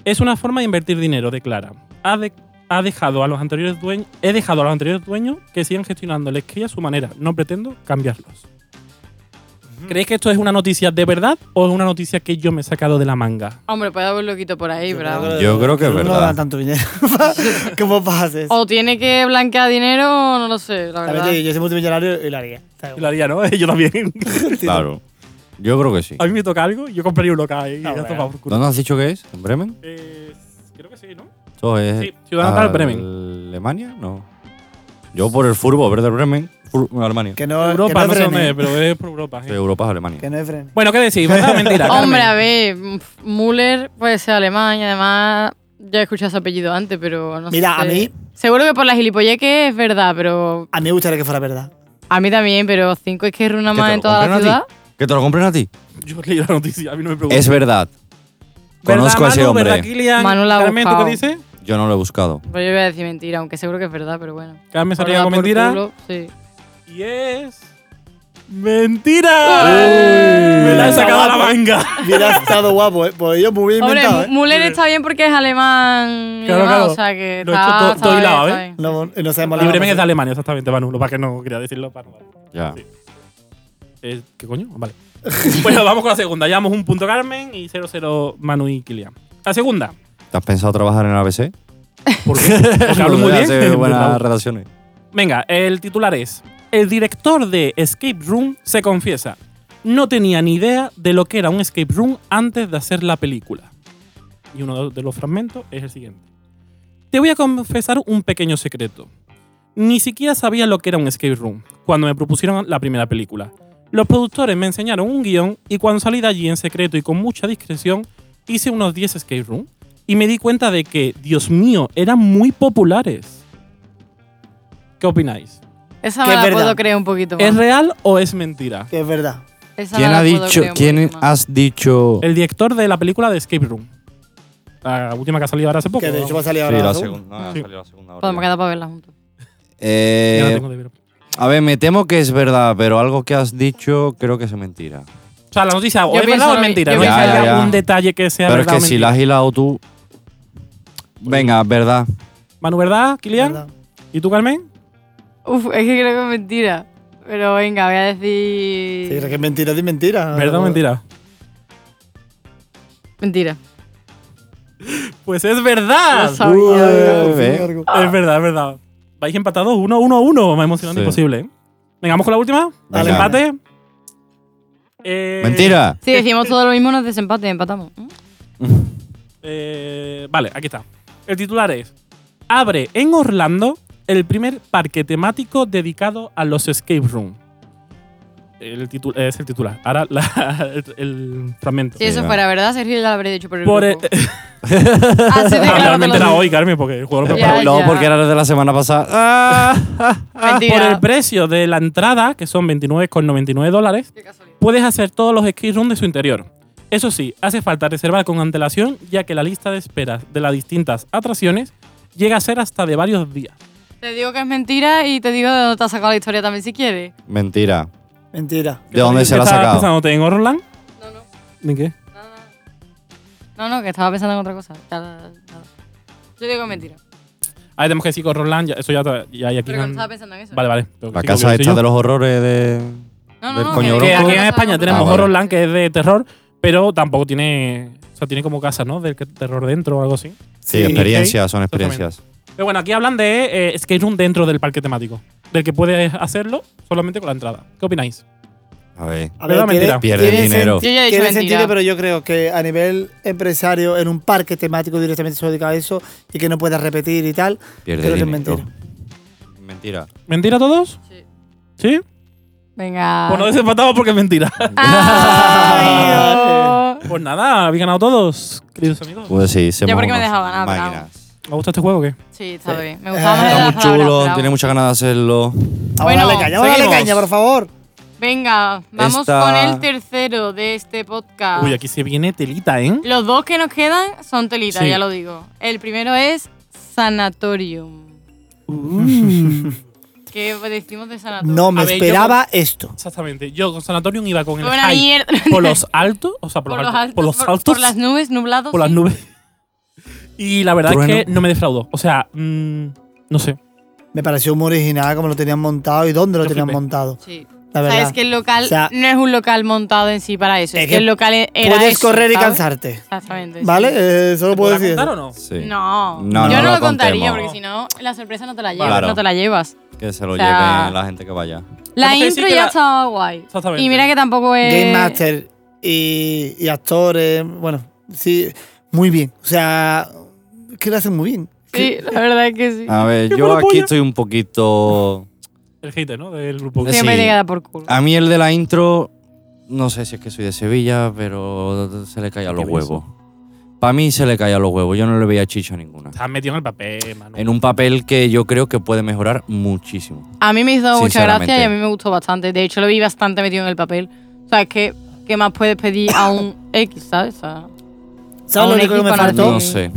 Speaker 4: Es una forma de invertir dinero, declara. Ha, de- ha dejado a los anteriores dueños, he dejado a los anteriores dueños que sigan gestionando el esquí a su manera. No pretendo cambiarlos. ¿Creéis que esto es una noticia de verdad o es una noticia que yo me he sacado de la manga?
Speaker 1: Hombre, puede haber loquito por ahí,
Speaker 2: Yo
Speaker 1: bravo.
Speaker 2: creo
Speaker 3: Yo creo que es
Speaker 2: No
Speaker 3: verdad.
Speaker 2: dan tanto dinero. ¿Cómo pases?
Speaker 1: O tiene que blanquear dinero, o no lo sé, la
Speaker 2: También
Speaker 1: Oh, verdad.
Speaker 2: te digo, yo soy multimillonario y lo haría. ¿sabes?
Speaker 4: Lo haría, ¿no? Yo también.
Speaker 3: Claro. Yo creo que sí.
Speaker 4: a mí me toca algo, yo compraría un local y
Speaker 2: Ah,
Speaker 4: ya
Speaker 2: bueno.
Speaker 4: toma por culo.
Speaker 3: ¿Dónde has dicho que es? ¿En Bremen?
Speaker 4: Eh, creo que sí, ¿no?
Speaker 3: Esto es
Speaker 4: Sí, ciudad natal, Bremen.
Speaker 3: ¿Alemania? No. Yo por el furbo verde Bremen, fur- Alemania.
Speaker 2: Que no,
Speaker 4: Europa,
Speaker 2: que
Speaker 4: no
Speaker 2: no,
Speaker 4: sé dónde
Speaker 2: frene,
Speaker 4: es, pero es por Europa. sí.
Speaker 3: De Europa es Alemania.
Speaker 2: Que no es frene.
Speaker 4: Bueno, ¿qué decís? ¿Verdad o mentira? Carmen?
Speaker 1: Hombre, a ver, pf, Müller puede ser alemán y además ya he escuchado su apellido antes, pero no
Speaker 2: Mira,
Speaker 1: sé.
Speaker 2: a mí-
Speaker 1: Seguro que por la gilipollez que es verdad, pero.
Speaker 2: A mí me gustaría que fuera verdad.
Speaker 1: A mí también, pero cinco es que es una
Speaker 3: ¿Que te
Speaker 1: más
Speaker 3: lo
Speaker 1: en toda la
Speaker 3: compren a
Speaker 1: ciudad.
Speaker 3: ti? ¿Que te lo compren a ti?
Speaker 4: Yo leí la noticia, a mí no me preguntan.
Speaker 3: Es verdad. Conozco a ese
Speaker 4: Manu?
Speaker 3: hombre.
Speaker 4: ¿Verdad, Kilian?
Speaker 1: Manu la ha
Speaker 4: Carmen, ¿tú
Speaker 1: buscado.
Speaker 4: qué dices?
Speaker 3: Yo no lo he buscado.
Speaker 1: Pues yo voy a decir mentira, aunque seguro que es verdad, pero bueno.
Speaker 4: Carmen
Speaker 1: Por
Speaker 4: salía
Speaker 1: dar
Speaker 4: con
Speaker 1: por
Speaker 4: mentira.
Speaker 1: culo, sí.
Speaker 4: Y es... ¡Mentira! Me la he sacado a la manga.
Speaker 2: Hubiera estado guapo, ¿eh? Pues yo me hubiera
Speaker 1: Hombre,
Speaker 2: inventado, ¿eh?
Speaker 1: Müller está bien porque es alemán. y
Speaker 4: Claro,
Speaker 1: demás,
Speaker 4: claro.
Speaker 1: O sea que
Speaker 4: Lo he
Speaker 1: está,
Speaker 4: hecho todo-
Speaker 1: está
Speaker 4: todo
Speaker 1: bien,
Speaker 4: hilado,
Speaker 1: está
Speaker 4: ¿eh?
Speaker 1: bien.
Speaker 2: No, no sabemos la
Speaker 4: Y Bremen es de Alemania, exactamente, Manu. Lo para que no quería decirlo para no.
Speaker 3: Ya.
Speaker 4: Sí. Eh, ¿Qué coño? Vale. bueno, vamos con la segunda. Llevamos un punto Carmen y 0-0 Manu y Kilian. La segunda.
Speaker 3: ¿Te has pensado trabajar en el ABC?
Speaker 4: ¿Por qué? Porque hablo muy
Speaker 3: Porque
Speaker 4: bien.
Speaker 3: hace buenas
Speaker 4: Bravo.
Speaker 3: redacciones.
Speaker 4: Venga, el titular es: El director de Escape Room se confiesa. No tenía ni idea de lo que era un escape room antes de hacer la película. Y uno de los fragmentos es el siguiente. Te voy a confesar un pequeño secreto. Ni siquiera sabía lo que era un escape room cuando me propusieron la primera película. Los productores me enseñaron un guión y cuando salí de allí en secreto y con mucha discreción, hice unos 10 escape room y me di cuenta de que, Dios mío, eran muy populares. ¿Qué opináis?
Speaker 1: Esa
Speaker 2: Que
Speaker 1: me
Speaker 2: es
Speaker 1: la puedo
Speaker 2: verdad.
Speaker 1: creer un poquito más.
Speaker 4: ¿Es real o es mentira?
Speaker 2: Que es verdad.
Speaker 1: Esa me
Speaker 3: ¿Quién
Speaker 1: la
Speaker 3: ha
Speaker 1: puedo
Speaker 3: dicho,
Speaker 1: creer un
Speaker 3: quién
Speaker 1: poquito más.
Speaker 3: has dicho?
Speaker 4: El director de la película de Escape Room. La última que ha salido ahora hace poco.
Speaker 2: Que de hecho va a salir
Speaker 3: Sí,
Speaker 2: ahora.
Speaker 3: la
Speaker 2: la segunda.
Speaker 3: segunda. Ah,
Speaker 4: Sí.
Speaker 3: salió la segunda ahora
Speaker 1: Podemos
Speaker 3: ya.
Speaker 1: quedar para verla juntos.
Speaker 4: Ya la
Speaker 3: Eh,
Speaker 4: tengo de ver. O
Speaker 3: a ver, me temo que es verdad, pero algo que has dicho creo que es mentira.
Speaker 4: sea, la noticia o
Speaker 1: Yo
Speaker 4: es verdad
Speaker 1: pienso
Speaker 4: o es
Speaker 1: lo mi-
Speaker 4: mentira.
Speaker 1: yo
Speaker 4: No hay
Speaker 3: pienso lo
Speaker 4: algún
Speaker 3: mismo.
Speaker 4: detalle que sea
Speaker 3: Pero es
Speaker 4: verdad
Speaker 3: que
Speaker 4: o
Speaker 3: si la has
Speaker 4: mentira.
Speaker 3: hilado tú. Venga, verdad.
Speaker 4: Manu, ¿verdad, Kilian?
Speaker 2: Verdad.
Speaker 4: ¿Y tú, Carmen?
Speaker 1: Uf, es que creo que es mentira. Pero venga, voy a
Speaker 2: Sí,
Speaker 1: decir.
Speaker 2: creo que es mentira, es mentira.
Speaker 4: ¿Verdad o mentira?
Speaker 1: Mentira.
Speaker 4: Pues es
Speaker 1: Lo
Speaker 4: verdad.
Speaker 1: sabía.
Speaker 2: Ay,
Speaker 3: Eh, Ve. Eh,
Speaker 2: algo.
Speaker 4: Es verdad, es verdad. Vais empatados 1-1-1. Uno, uno, uno. Más emocionante
Speaker 3: Sí.
Speaker 4: imposible. ¿eh? Venga, vamos con la última.
Speaker 3: Venga.
Speaker 4: Al empate. Eh,
Speaker 3: Mentira.
Speaker 1: Si decimos todo lo mismo, nos desempate, empatamos. ¿Mm?
Speaker 4: Eh, vale, aquí está. El titular es: Abre en Orlando el primer parque temático dedicado a los escape room. El titu- es el titular. Ahora la- el, el fragmento.
Speaker 1: Si eso
Speaker 3: Venga.
Speaker 1: fuera verdad, Sergio ya lo habría dicho por el
Speaker 4: Por el- eh,
Speaker 1: grupo. Así de claro.
Speaker 4: Ah,
Speaker 1: te
Speaker 4: realmente
Speaker 1: lo
Speaker 4: era
Speaker 1: digo.
Speaker 4: hoy, Carmen, porque el jugador me
Speaker 1: Ya,
Speaker 4: paró.
Speaker 3: no,
Speaker 1: ya.
Speaker 3: porque era de la semana pasada. Ah,
Speaker 4: Por
Speaker 1: Mentira.
Speaker 4: el precio de la entrada, que son 29,99 dólares,
Speaker 1: Qué casualidad.
Speaker 4: puedes hacer todos los escape room de su interior. Eso sí, hace falta reservar con antelación, ya que la lista de espera de las distintas atracciones llega a ser hasta de varios días.
Speaker 1: Te digo que es mentira y te digo de dónde te has sacado la historia también si quieres.
Speaker 3: Ah, Mentira.
Speaker 2: Mentira.
Speaker 3: ¿De dónde se la ha
Speaker 4: ¿Estabas
Speaker 3: sacado?
Speaker 4: pensándote en Orland?
Speaker 1: No, no.
Speaker 4: ¿De qué?
Speaker 1: No, no, que estaba pensando en otra cosa. Ya, ya, ya. Yo digo que es mentira.
Speaker 4: Ahí Ah, tenemos que decir con Roland, ya- eso ya, está- ya hay aquí.
Speaker 1: Pero que
Speaker 4: en-
Speaker 1: no estaba pensando en eso.
Speaker 4: Vale, vale. pero
Speaker 3: La
Speaker 4: sí,
Speaker 3: casa
Speaker 4: obvio,
Speaker 3: esta
Speaker 4: sí,
Speaker 3: de los horrores de.
Speaker 1: No,
Speaker 3: del
Speaker 1: no, no.
Speaker 3: coño
Speaker 1: que-
Speaker 4: yo. Que
Speaker 3: bronco.
Speaker 4: aquí en
Speaker 1: no
Speaker 4: España
Speaker 1: estaba
Speaker 4: tenemos
Speaker 3: vale.
Speaker 4: Horrorland, que es de terror, pero tampoco tiene. O sea, tiene como casa, ¿no? Del que- terror dentro o algo así.
Speaker 3: Sí, experiencias, son experiencias.
Speaker 4: Pero bueno, aquí hablan de eh, skate room dentro del parque temático. Del que puedes hacerlo solamente con la entrada. ¿Qué opináis?
Speaker 3: A ver.
Speaker 2: A
Speaker 4: Verdad,
Speaker 2: tiene-
Speaker 4: mentira.
Speaker 3: Pierden
Speaker 2: tiene
Speaker 3: dinero.
Speaker 2: sen-
Speaker 1: Yo ya he dicho
Speaker 2: tiene
Speaker 1: mentira.
Speaker 2: sentido, pero yo creo que a nivel empresario, en un parque temático directamente se dedica a eso y que no puedas repetir y tal,
Speaker 3: Pierde
Speaker 2: creo que es
Speaker 3: dinero.
Speaker 2: mentira.
Speaker 3: Mentira.
Speaker 4: ¿Mentira todos?
Speaker 1: Sí.
Speaker 4: ¿Sí?
Speaker 1: Venga.
Speaker 4: Pues no desempatamos porque es mentira. Ah.
Speaker 1: Ah, amigo.
Speaker 4: pues nada, habéis ganado todos, queridos amigos.
Speaker 3: Pues sí, se
Speaker 1: Yo porque me dejaba ganar, bravo.
Speaker 3: Máquinas.
Speaker 4: ¿Os gusta este juego o qué?
Speaker 1: Sí, está bien. Me gustaba más
Speaker 2: Está
Speaker 1: de las
Speaker 3: Está muy
Speaker 1: palabras,
Speaker 3: chulo,
Speaker 1: bravo.
Speaker 3: tiene muchas ganas de hacerlo.
Speaker 2: Ahora
Speaker 1: Bueno,
Speaker 2: dale Ah, caña, ahora dale
Speaker 4: seguimos.
Speaker 2: caña, por favor.
Speaker 1: Venga, vamos
Speaker 3: Esta-
Speaker 1: con el tercero de este podcast.
Speaker 4: Uy, aquí se viene telita, ¿eh?
Speaker 1: Los dos que nos quedan son telitas,
Speaker 4: Sí.
Speaker 1: ya lo digo. El primero es Sanatorium. ¿Qué decimos de Sanatorium?
Speaker 2: No me
Speaker 4: A ver, yo
Speaker 2: esperaba esto.
Speaker 4: Exactamente. Yo con Sanatorium iba con el
Speaker 1: Fue una
Speaker 4: hype
Speaker 1: mierda.
Speaker 4: por los altos, o sea, por,
Speaker 1: Por
Speaker 4: los
Speaker 1: los
Speaker 4: altos, por los
Speaker 1: por-
Speaker 4: altos,
Speaker 1: por las nubes, nublados.
Speaker 4: por las
Speaker 1: sí.
Speaker 4: nubes. Y la verdad es que
Speaker 3: Trueno.
Speaker 4: no me defraudó. O sea, mm, no sé.
Speaker 2: Me pareció muy original como lo tenían montado y dónde lo
Speaker 4: Yo
Speaker 2: tenían
Speaker 4: flipé.
Speaker 2: montado.
Speaker 1: Sí.
Speaker 2: La
Speaker 1: O
Speaker 2: verdad.
Speaker 1: sea, es que el local
Speaker 2: O sea,
Speaker 1: no es un local montado en sí para eso. Es,
Speaker 2: es
Speaker 1: que,
Speaker 2: que
Speaker 1: el local e- era
Speaker 2: Puedes
Speaker 1: eso,
Speaker 2: correr y
Speaker 1: ¿sabes?
Speaker 2: cansarte.
Speaker 1: Exactamente. sí.
Speaker 2: ¿Vale? Eh, solo puedo
Speaker 4: ¿Puedo
Speaker 2: decir
Speaker 4: contar
Speaker 2: eso.
Speaker 4: o no?
Speaker 3: Sí.
Speaker 1: No.
Speaker 3: No,
Speaker 1: yo
Speaker 3: no
Speaker 1: no
Speaker 3: lo
Speaker 1: lo contaría
Speaker 3: contemos.
Speaker 1: porque si no, la sorpresa no te la llevas.
Speaker 3: Claro.
Speaker 1: No te la llevas.
Speaker 3: Que se lo
Speaker 1: O sea-
Speaker 3: lleve la gente que vaya.
Speaker 1: La
Speaker 4: Tenemos que decir
Speaker 1: intro
Speaker 4: que
Speaker 1: ya
Speaker 4: la-
Speaker 1: estaba guay.
Speaker 4: Exactamente.
Speaker 1: Y mira que tampoco es.
Speaker 2: Game Master y, y actores. Bueno, sí, muy bien. O sea, es que lo hacen muy bien.
Speaker 1: Sí, la verdad es que sí.
Speaker 3: A ver,
Speaker 4: Qué
Speaker 3: yo
Speaker 4: buena
Speaker 3: aquí
Speaker 4: polla.
Speaker 3: estoy un poquito.
Speaker 4: El hater, ¿no? Del grupo.
Speaker 3: Sí.
Speaker 1: Siempre te queda por culo.
Speaker 2: Ah,
Speaker 3: A mí el de la intro, no sé si es que soy de Sevilla, pero se le cae a los
Speaker 4: ¿Qué
Speaker 3: huevos. Para mí se le cae a los huevos. Yo no le veía chicha a ninguna.
Speaker 4: Estás metido en el papel, Manu.
Speaker 3: En un papel que yo creo que puede mejorar muchísimo.
Speaker 1: A mí me hizo mucha
Speaker 3: Sinceramente.
Speaker 1: gracia y a mí me gustó bastante. De hecho, lo vi bastante metido en el papel. O sea, es que, ¿qué más puedes pedir a un X, ¿sabes? O sea,
Speaker 2: ¿Sabes lo
Speaker 1: un
Speaker 2: único que
Speaker 1: equipo
Speaker 2: me
Speaker 1: no
Speaker 2: faltó?
Speaker 3: No sé.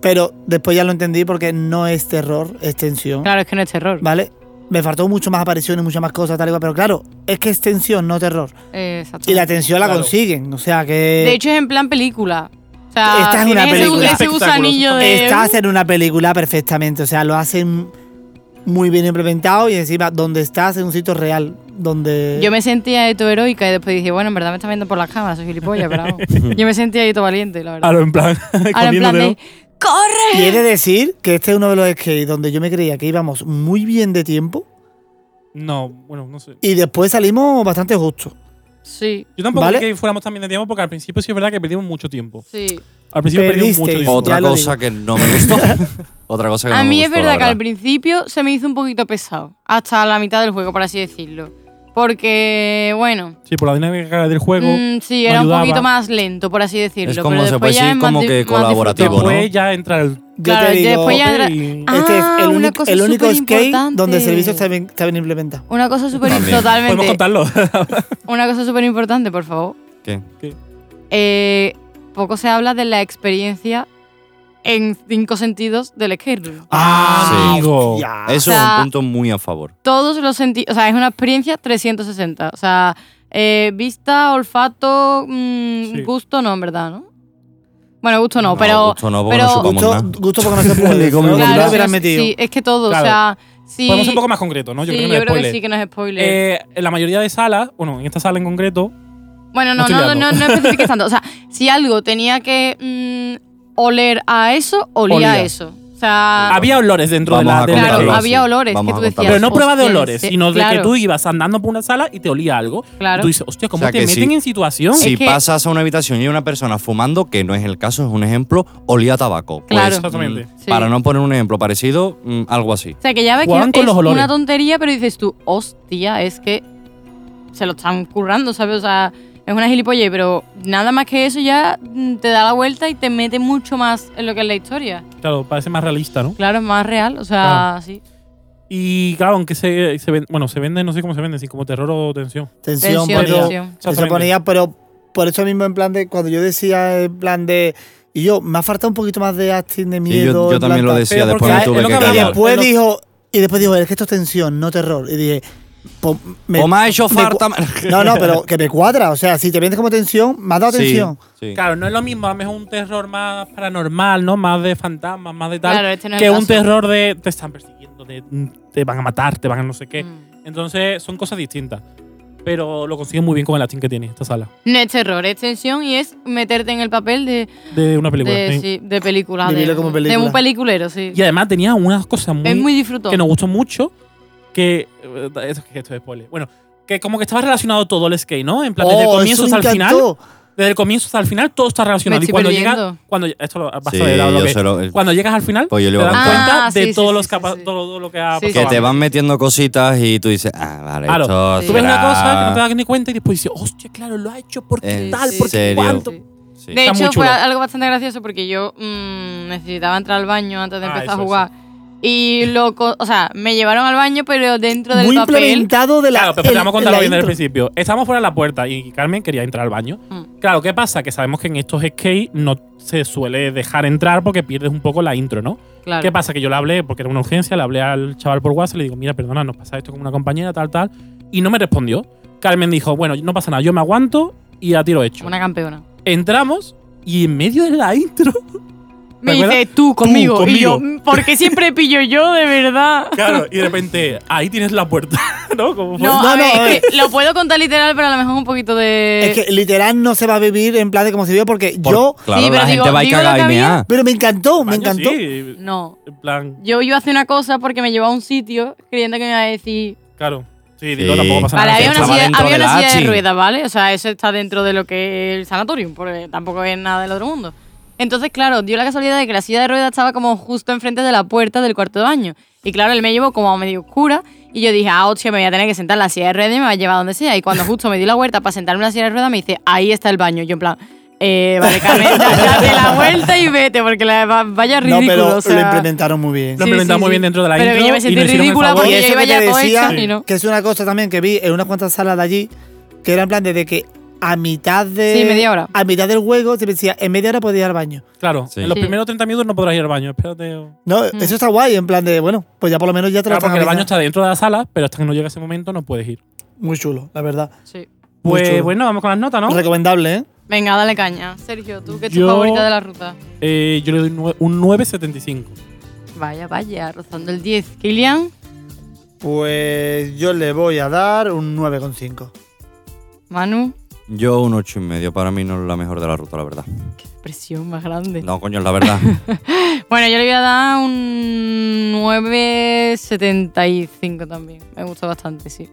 Speaker 2: Pero después ya lo entendí porque no es terror, es tensión.
Speaker 1: claro, es que no es terror.
Speaker 2: ¿Vale? Me faltó mucho más apariciones, muchas más cosas, tal y cual. Pero claro, es que es tensión, no terror.
Speaker 1: Eh, exacto.
Speaker 2: Y la tensión la
Speaker 4: Claro.
Speaker 2: consiguen. O sea que.
Speaker 1: De hecho, es en plan película. O sea,
Speaker 2: Estás en una
Speaker 1: tienes ese-
Speaker 2: película.
Speaker 1: Ese, gusanillo de.
Speaker 2: Estás en una película perfectamente, o sea, lo hacen muy bien implementado y encima donde estás en un sitio real, donde...
Speaker 1: Yo me sentía de todo heroica y después dije, bueno, en verdad me están viendo por las cámaras, soy gilipollas, pero vamos. Yo me sentía de todo valiente, la verdad.
Speaker 4: Claro, en plan.
Speaker 1: Ahora en plan de,
Speaker 4: escondiéndotelo.
Speaker 1: ¡corre!
Speaker 2: Y he de decir que este es uno de los skates donde yo me creía que íbamos muy bien de tiempo
Speaker 4: No, bueno, no sé.
Speaker 2: y después salimos bastante justos.
Speaker 1: Sí,
Speaker 4: Yo tampoco
Speaker 2: ¿Vale?
Speaker 4: creí que fuéramos tan bien de tiempo porque al principio sí es verdad que perdimos mucho tiempo.
Speaker 1: sí.
Speaker 4: Al principio perdimos
Speaker 2: Perdiste.
Speaker 4: mucho tiempo.
Speaker 3: Otra
Speaker 2: Ya lo
Speaker 3: cosa que no me gustó. Otra cosa que
Speaker 1: A
Speaker 3: no me
Speaker 1: mí
Speaker 3: gustó.
Speaker 1: es verdad
Speaker 3: la
Speaker 1: que al principio se me hizo un poquito pesado, hasta la mitad del juego, por así decirlo. Porque, bueno,
Speaker 4: Sí, por la dinámica del juego.
Speaker 1: mm, sí,
Speaker 4: no
Speaker 1: era
Speaker 4: ayudaba.
Speaker 1: un poquito más lento, por así decirlo.
Speaker 3: Es como
Speaker 1: pero
Speaker 3: se
Speaker 1: después
Speaker 3: puede
Speaker 1: ya
Speaker 3: decir
Speaker 1: es más
Speaker 3: como
Speaker 1: di-
Speaker 3: que
Speaker 1: más
Speaker 3: colaborativo,
Speaker 1: disfrutable.
Speaker 4: Después
Speaker 3: ¿no?
Speaker 4: ya entra el.
Speaker 2: Yo
Speaker 1: Claro,
Speaker 2: te
Speaker 1: ya
Speaker 2: digo,
Speaker 1: después ya-
Speaker 4: papel
Speaker 1: entra-
Speaker 4: y-
Speaker 1: Ah,
Speaker 2: este es el,
Speaker 1: una
Speaker 2: único-
Speaker 1: cosa
Speaker 2: el único skate
Speaker 1: superimportante.
Speaker 2: donde el servicio está bien, está bien implementado.
Speaker 1: Una cosa súper
Speaker 3: También.
Speaker 4: Podemos
Speaker 1: totalmente.
Speaker 4: contarlo.
Speaker 1: Una cosa súper importante, por favor.
Speaker 3: ¿Qué?
Speaker 1: Eh, poco se habla de la experiencia en cinco sentidos del skate. room.
Speaker 3: Ah,
Speaker 4: amigo.
Speaker 2: Ya.
Speaker 3: Eso
Speaker 1: O
Speaker 3: es
Speaker 1: sea-
Speaker 3: un punto muy a favor.
Speaker 1: todos los sentidos. O sea, es una experiencia 360. O sea, eh, vista, olfato, mm,
Speaker 4: Sí.
Speaker 1: gusto no, en verdad, ¿no? Bueno, gusto no, pero.
Speaker 3: gusto no, porque
Speaker 1: pero-
Speaker 3: no chupamos
Speaker 2: Gusto,
Speaker 3: nada.
Speaker 2: gusto porque no se puede.
Speaker 3: Digo, mi
Speaker 2: ¿no?
Speaker 1: Claro,
Speaker 2: No lo
Speaker 1: o sea,
Speaker 2: hubieran metido.
Speaker 1: sí, es que todo.
Speaker 4: Claro.
Speaker 1: O sea, sí.
Speaker 4: Podemos ser un poco más concreto, ¿no? Yo
Speaker 1: sí,
Speaker 4: creo que no
Speaker 1: yo
Speaker 4: es
Speaker 1: creo que
Speaker 4: spoiler.
Speaker 1: sí que no es spoiler.
Speaker 4: Eh, en la mayoría de salas, bueno, en esta sala en concreto,
Speaker 1: bueno,
Speaker 4: no
Speaker 1: no,
Speaker 4: estoy
Speaker 1: no, no,
Speaker 4: liando.
Speaker 1: no, especifiques tanto. O sea, si algo tenía que mm, oler a eso, olía
Speaker 4: Olía.
Speaker 1: a eso. O sea,
Speaker 4: había olores dentro
Speaker 3: Vamos a
Speaker 4: de la. de la
Speaker 1: Ah. claro,
Speaker 3: contarlo
Speaker 4: sala.
Speaker 3: así.
Speaker 1: había olores
Speaker 3: Vamos
Speaker 1: que
Speaker 3: a
Speaker 1: tú decías.
Speaker 3: contarlo.
Speaker 4: Pero no prueba de
Speaker 1: "Hostia,
Speaker 4: olores,
Speaker 1: este-
Speaker 4: sino de que
Speaker 1: claro,
Speaker 4: tú ibas andando por una sala y te olía algo.
Speaker 1: Claro.
Speaker 4: Tú dices, hostia, ¿cómo
Speaker 3: O sea
Speaker 4: te
Speaker 3: que
Speaker 4: meten
Speaker 3: sí.
Speaker 4: en situación?
Speaker 3: Si
Speaker 1: Es que-
Speaker 3: pasas a una habitación y hay una persona fumando, que no es el caso, es un ejemplo, olía a tabaco. Pues,
Speaker 1: Claro.
Speaker 4: Exactamente.
Speaker 3: mm,
Speaker 1: Sí.
Speaker 3: Para no poner un ejemplo parecido, mm, algo así.
Speaker 1: O sea, que ya ves
Speaker 4: Jugaban
Speaker 1: que
Speaker 4: con
Speaker 1: es
Speaker 4: los olores.
Speaker 1: una tontería, pero dices tú, hostia, es que se lo están currando, ¿sabes? O sea, es una gilipollez, pero nada más que eso ya mm, te da la vuelta y te mete mucho más en lo que es la historia.
Speaker 3: Mm.
Speaker 4: Claro, parece más realista, ¿no?
Speaker 1: Claro, es más real, o sea,
Speaker 4: Claro.
Speaker 1: sí.
Speaker 4: Y claro, aunque se, se ven- bueno, se vende, no sé cómo se vende, si como terror o tensión.
Speaker 1: Tensión,
Speaker 2: Tensión, pero-
Speaker 1: tensión.
Speaker 2: Que se
Speaker 4: Exactamente.
Speaker 2: ponía, pero por eso mismo en plan de cuando yo decía en plan de y yo me ha faltado un poquito más de acting de
Speaker 3: Y yo,
Speaker 2: miedo.
Speaker 3: yo
Speaker 2: en
Speaker 3: también
Speaker 2: plan,
Speaker 3: lo
Speaker 2: tal.
Speaker 3: decía,
Speaker 4: Pero
Speaker 3: después
Speaker 2: porque
Speaker 3: me tuve
Speaker 2: es
Speaker 4: lo
Speaker 3: que
Speaker 4: que
Speaker 2: Y
Speaker 4: hablamos.
Speaker 3: callar.
Speaker 4: Claro,
Speaker 2: después
Speaker 4: es lo-
Speaker 2: dijo y después dijo es que esto es tensión, no terror y dije po- me-
Speaker 3: O me ha hecho
Speaker 2: me
Speaker 3: falta.
Speaker 2: cua- no, no, pero que me cuadra. O sea, si te vendes como tensión, me has dado
Speaker 3: Sí,
Speaker 2: tensión.
Speaker 3: sí.
Speaker 4: Claro, no es lo mismo, a lo mejor un terror más paranormal, ¿no? Más de fantasmas, más de tal.
Speaker 1: Claro, este no es
Speaker 4: que
Speaker 1: el
Speaker 4: un
Speaker 1: caso.
Speaker 4: terror de te están persiguiendo, de mm, te van a matar, te van a no sé qué.
Speaker 1: Mm.
Speaker 4: Entonces, son cosas distintas. Pero lo consiguen muy bien con el acting que tiene esta sala.
Speaker 1: No es terror, es tensión y es meterte en el papel de,
Speaker 4: De una película.
Speaker 1: de,
Speaker 4: sí.
Speaker 1: sí, de película.
Speaker 2: Vivirlo
Speaker 1: De,
Speaker 2: como
Speaker 1: de
Speaker 2: película.
Speaker 1: un peliculero, sí.
Speaker 4: Y además tenía unas cosas
Speaker 1: es muy disfrutón.
Speaker 4: que nos gustó mucho. Que. eh, Esto, que esto es spoiler. Bueno, que como que estaba relacionado todo el skate, ¿no? En plan, desde el
Speaker 2: Oh,
Speaker 4: comienzo
Speaker 2: eso
Speaker 4: hasta el final.
Speaker 2: encantó.
Speaker 4: Desde el comienzo hasta el final todo está relacionado.
Speaker 1: Me
Speaker 4: y
Speaker 1: estoy
Speaker 4: cuando
Speaker 1: perdiendo.
Speaker 4: llega. Cuando, esto lo, vas a
Speaker 3: Sí,
Speaker 4: ver ahora lo
Speaker 3: yo
Speaker 4: que-
Speaker 3: se lo-
Speaker 4: cuando llegas al final,
Speaker 3: Pues yo
Speaker 4: te
Speaker 3: le iba a
Speaker 4: das
Speaker 3: contar.
Speaker 4: cuenta
Speaker 1: Ah,
Speaker 4: de
Speaker 1: sí,
Speaker 4: todos
Speaker 1: sí,
Speaker 4: los
Speaker 1: sí,
Speaker 4: que ha pa-
Speaker 1: sí, sí.
Speaker 4: todo lo que ha
Speaker 1: Sí, sí,
Speaker 3: Que
Speaker 4: pasado.
Speaker 3: te van metiendo cositas y tú dices, ah, vale,
Speaker 4: "Ah, eh". Claro.
Speaker 3: esto
Speaker 1: Sí.
Speaker 4: Tú ves una
Speaker 3: será-
Speaker 4: cosa que no te das ni cuenta y después dices, hostia, claro, lo ha hecho porque
Speaker 3: ¿En
Speaker 4: tal,
Speaker 3: Eh, sí,
Speaker 4: porque
Speaker 3: serio?
Speaker 4: cuánto.
Speaker 1: Sí.
Speaker 3: Sí.
Speaker 1: De
Speaker 4: Está muy
Speaker 1: hecho, fue
Speaker 4: chulo.
Speaker 1: algo bastante gracioso porque yo mm, necesitaba entrar al baño antes de
Speaker 4: Ah,
Speaker 1: empezar
Speaker 4: eso,
Speaker 1: a jugar. Y lo, co- o sea, me llevaron al baño, pero dentro del
Speaker 2: Muy
Speaker 1: papel.
Speaker 2: implementado de la.
Speaker 4: Claro, pero
Speaker 2: el-
Speaker 4: vamos a contarlo
Speaker 2: la
Speaker 4: bien desde el
Speaker 2: intro.
Speaker 4: principio. Estábamos fuera de la puerta y Carmen quería entrar al baño.
Speaker 1: Mm.
Speaker 4: Claro, ¿qué pasa? Que sabemos que en estos skate no se suele dejar entrar porque pierdes un poco la intro, ¿no?
Speaker 1: Claro.
Speaker 4: ¿Qué pasa? Que yo le hablé, porque era una urgencia, le hablé al chaval por WhatsApp, le digo, mira, perdona, nos pasa esto con una compañera, tal, tal. Y no me respondió. Carmen dijo, bueno, no pasa nada, yo me aguanto y a tiro hecho.
Speaker 1: Una campeona.
Speaker 4: Entramos y en medio de la intro.
Speaker 1: Me
Speaker 4: acuerdas?
Speaker 1: dice tú conmigo.
Speaker 4: Tú,
Speaker 1: Y yo, "Mm,
Speaker 4: conmigo.
Speaker 1: ¿por qué siempre pillo yo, de verdad?
Speaker 4: Claro, y de repente, ahí tienes la puerta, ¿no? Como fue.
Speaker 1: No,
Speaker 2: No,
Speaker 1: a
Speaker 2: no,
Speaker 1: ver,
Speaker 2: a
Speaker 1: es que lo puedo contar literal, pero a lo mejor un poquito de.
Speaker 2: Es que literal no se va a vivir en plan de como se vio porque
Speaker 3: Por-
Speaker 2: yo.
Speaker 3: claro,
Speaker 1: Sí, pero
Speaker 3: la
Speaker 1: digo-
Speaker 3: gente va y
Speaker 1: digo lo
Speaker 3: caga
Speaker 1: que
Speaker 3: y
Speaker 1: había.
Speaker 3: mea.
Speaker 2: Pero me encantó, me
Speaker 4: Baño,
Speaker 2: encantó.
Speaker 4: sí,
Speaker 1: No.
Speaker 4: En plan,
Speaker 1: Yo iba a hacer una cosa porque me llevaba a un sitio creyendo que me iba a decir.
Speaker 4: claro. Sí,
Speaker 3: Sí.
Speaker 4: digo, tampoco pasa
Speaker 1: Vale,
Speaker 4: nada.
Speaker 1: había
Speaker 3: eso
Speaker 1: una
Speaker 3: estaba
Speaker 1: silla,
Speaker 3: dentro
Speaker 1: había
Speaker 3: de
Speaker 1: una
Speaker 3: la
Speaker 1: silla de
Speaker 3: hachi.
Speaker 1: ruedas, ¿vale? O sea, eso está dentro de lo que es el sanatorium, porque tampoco es nada del otro mundo. Entonces, claro, dio la casualidad de que la silla de ruedas estaba como justo enfrente de la puerta del cuarto de baño. Y claro, él me llevó como a medio oscura y yo dije, ah, hostia, me voy a tener que sentar en la silla de ruedas y me va a llevar donde sea. Y cuando justo me di la vuelta para sentarme en la silla de ruedas, me dice, ahí está el baño. Yo en plan, eh, vale, Carmen, da- date la vuelta y vete, porque la, va- vaya
Speaker 2: No,
Speaker 1: ridículo.
Speaker 2: pero
Speaker 1: o sea.
Speaker 2: lo implementaron muy bien.
Speaker 4: Lo implementamos muy bien dentro de la
Speaker 1: Pero que
Speaker 4: intro
Speaker 1: yo me
Speaker 4: y
Speaker 1: sentí
Speaker 4: nos hicieron el
Speaker 1: ridícula
Speaker 4: favor.
Speaker 1: porque
Speaker 2: Y
Speaker 1: yo
Speaker 2: eso
Speaker 1: iba
Speaker 2: que
Speaker 1: ya
Speaker 2: te
Speaker 1: todo
Speaker 2: decía,
Speaker 1: hecha y no.
Speaker 2: que es una cosa también que vi en unas cuantas salas de allí, que era en plan desde que a mitad de.
Speaker 1: Sí, media hora.
Speaker 2: A mitad del juego te decía, en media hora puedes ir al baño.
Speaker 4: Claro,
Speaker 3: Sí.
Speaker 4: en los
Speaker 1: Sí.
Speaker 4: primeros 30 minutos no podrás ir al baño, espérate.
Speaker 2: No,
Speaker 1: Mm.
Speaker 2: eso está guay, en plan de, bueno, pues ya por lo menos ya te lo
Speaker 4: Claro,
Speaker 2: están
Speaker 4: porque el baño
Speaker 2: avisando.
Speaker 4: está dentro de la sala, pero hasta que no llegue ese momento no puedes ir.
Speaker 2: Muy chulo, la verdad.
Speaker 1: Sí.
Speaker 2: Muy
Speaker 4: Pues
Speaker 2: chulo.
Speaker 4: bueno, vamos con las notas, ¿no?
Speaker 2: Recomendable, ¿eh?
Speaker 1: Venga, dale caña. Sergio, tú que es
Speaker 4: Yo-
Speaker 1: tu favorita de la ruta.
Speaker 4: Eh, yo le doy nue- un 9,75.
Speaker 1: Vaya, vaya, rozando el 10. Kilian,
Speaker 2: Pues yo le voy a dar un 9,5.
Speaker 1: Manu,
Speaker 3: Yo un ocho y medio. Para mí no es la mejor de la ruta, la verdad.
Speaker 1: presión más grande.
Speaker 3: No, coño, es la verdad.
Speaker 1: Bueno, yo le voy a dar un 9.75 también. Me gustó bastante, sí.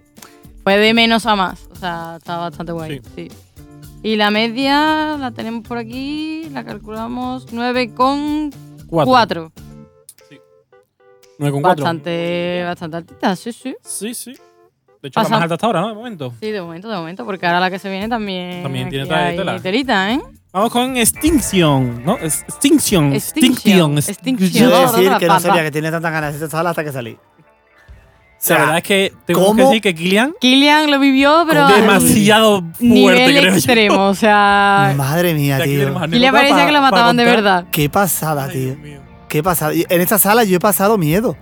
Speaker 1: Fue de menos a más. O sea, está bastante guay. Sí. Y la media la tenemos por aquí, la calculamos 9,4. 4.
Speaker 4: 9,4.
Speaker 1: Bastante, bastante altita, sí, sí.
Speaker 4: Sí, sí. De hecho, la
Speaker 1: Pasa-
Speaker 4: más alta hasta ahora, ¿no? De momento.
Speaker 1: Sí, de momento, de momento, porque ahora la que se viene también.
Speaker 4: También tiene
Speaker 1: aquí
Speaker 4: tela de
Speaker 1: hay
Speaker 4: tela.
Speaker 1: telita, ¿eh?
Speaker 4: Vamos con Extinction, ¿no? Es- Extinction.
Speaker 1: Extinction.
Speaker 2: Yo
Speaker 1: Extinction.
Speaker 2: voy a
Speaker 1: Yo-
Speaker 2: decir que
Speaker 1: Pa, pa.
Speaker 2: no sabía que tenía tantas ganas de esta sala hasta que salí.
Speaker 4: La verdad es que tengo
Speaker 2: ¿Cómo?
Speaker 4: que decir que Killian
Speaker 1: Kilian lo vivió, pero. a
Speaker 4: demasiado fuerte,
Speaker 1: Nivel
Speaker 4: creo yo.
Speaker 1: extremo, o sea.
Speaker 2: Madre mía,
Speaker 4: Ya aquí
Speaker 2: tío.
Speaker 4: tenemos
Speaker 1: Kilian
Speaker 4: anécdota
Speaker 1: parecía
Speaker 4: pa-
Speaker 1: que lo
Speaker 4: pa
Speaker 1: mataban de
Speaker 4: contar.
Speaker 1: verdad.
Speaker 2: Qué pasada,
Speaker 4: Ay,
Speaker 2: tío.
Speaker 4: Dios mío.
Speaker 2: Qué pasada. Y En esta sala yo he pasado miedo.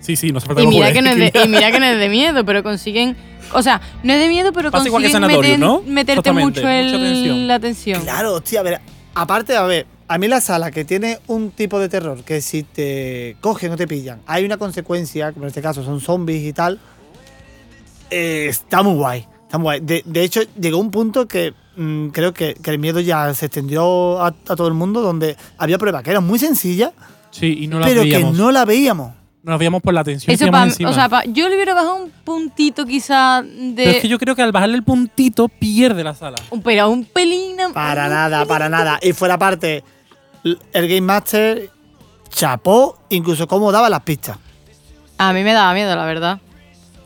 Speaker 4: Sí, sí, nos falta
Speaker 1: Y mira, que no es de, y mira que no es de miedo, pero consiguen. O sea, no es de miedo, pero
Speaker 4: Pasa igual que
Speaker 1: consiguen
Speaker 4: sanatorio,
Speaker 1: meten-
Speaker 4: ¿no?
Speaker 1: meterte
Speaker 4: Exactamente,
Speaker 1: mucho el,
Speaker 4: mucha tensión.
Speaker 1: la tensión.
Speaker 2: Claro, hostia, a ver. Aparte, a ver, a mí la sala que tiene un tipo de terror, que si te cogen o te pillan, hay una consecuencia, como en este caso son zombies y tal, eh, está muy guay. Está muy guay. De, de hecho, llegó un punto que mm, creo que, que el miedo ya se extendió a, a todo el mundo, donde había pruebas que eran muy sencillas,
Speaker 4: Sí, y no la
Speaker 2: pero
Speaker 4: veíamos.
Speaker 2: que
Speaker 4: No...
Speaker 2: no la veíamos.
Speaker 4: la veíamos por la tensión. que
Speaker 1: Eso
Speaker 4: teníamos
Speaker 1: pa,
Speaker 4: encima.
Speaker 1: o sea, pa- yo le hubiera bajado un puntito quizá de.
Speaker 4: Pero es que yo creo que al bajarle el puntito pierde la sala.
Speaker 1: un- Pero un pelín. Mm,
Speaker 2: Para nada, para nada. Y fuera parte, l- el Game Master chapó incluso cómo daba las pistas.
Speaker 1: A mí me daba miedo, la verdad.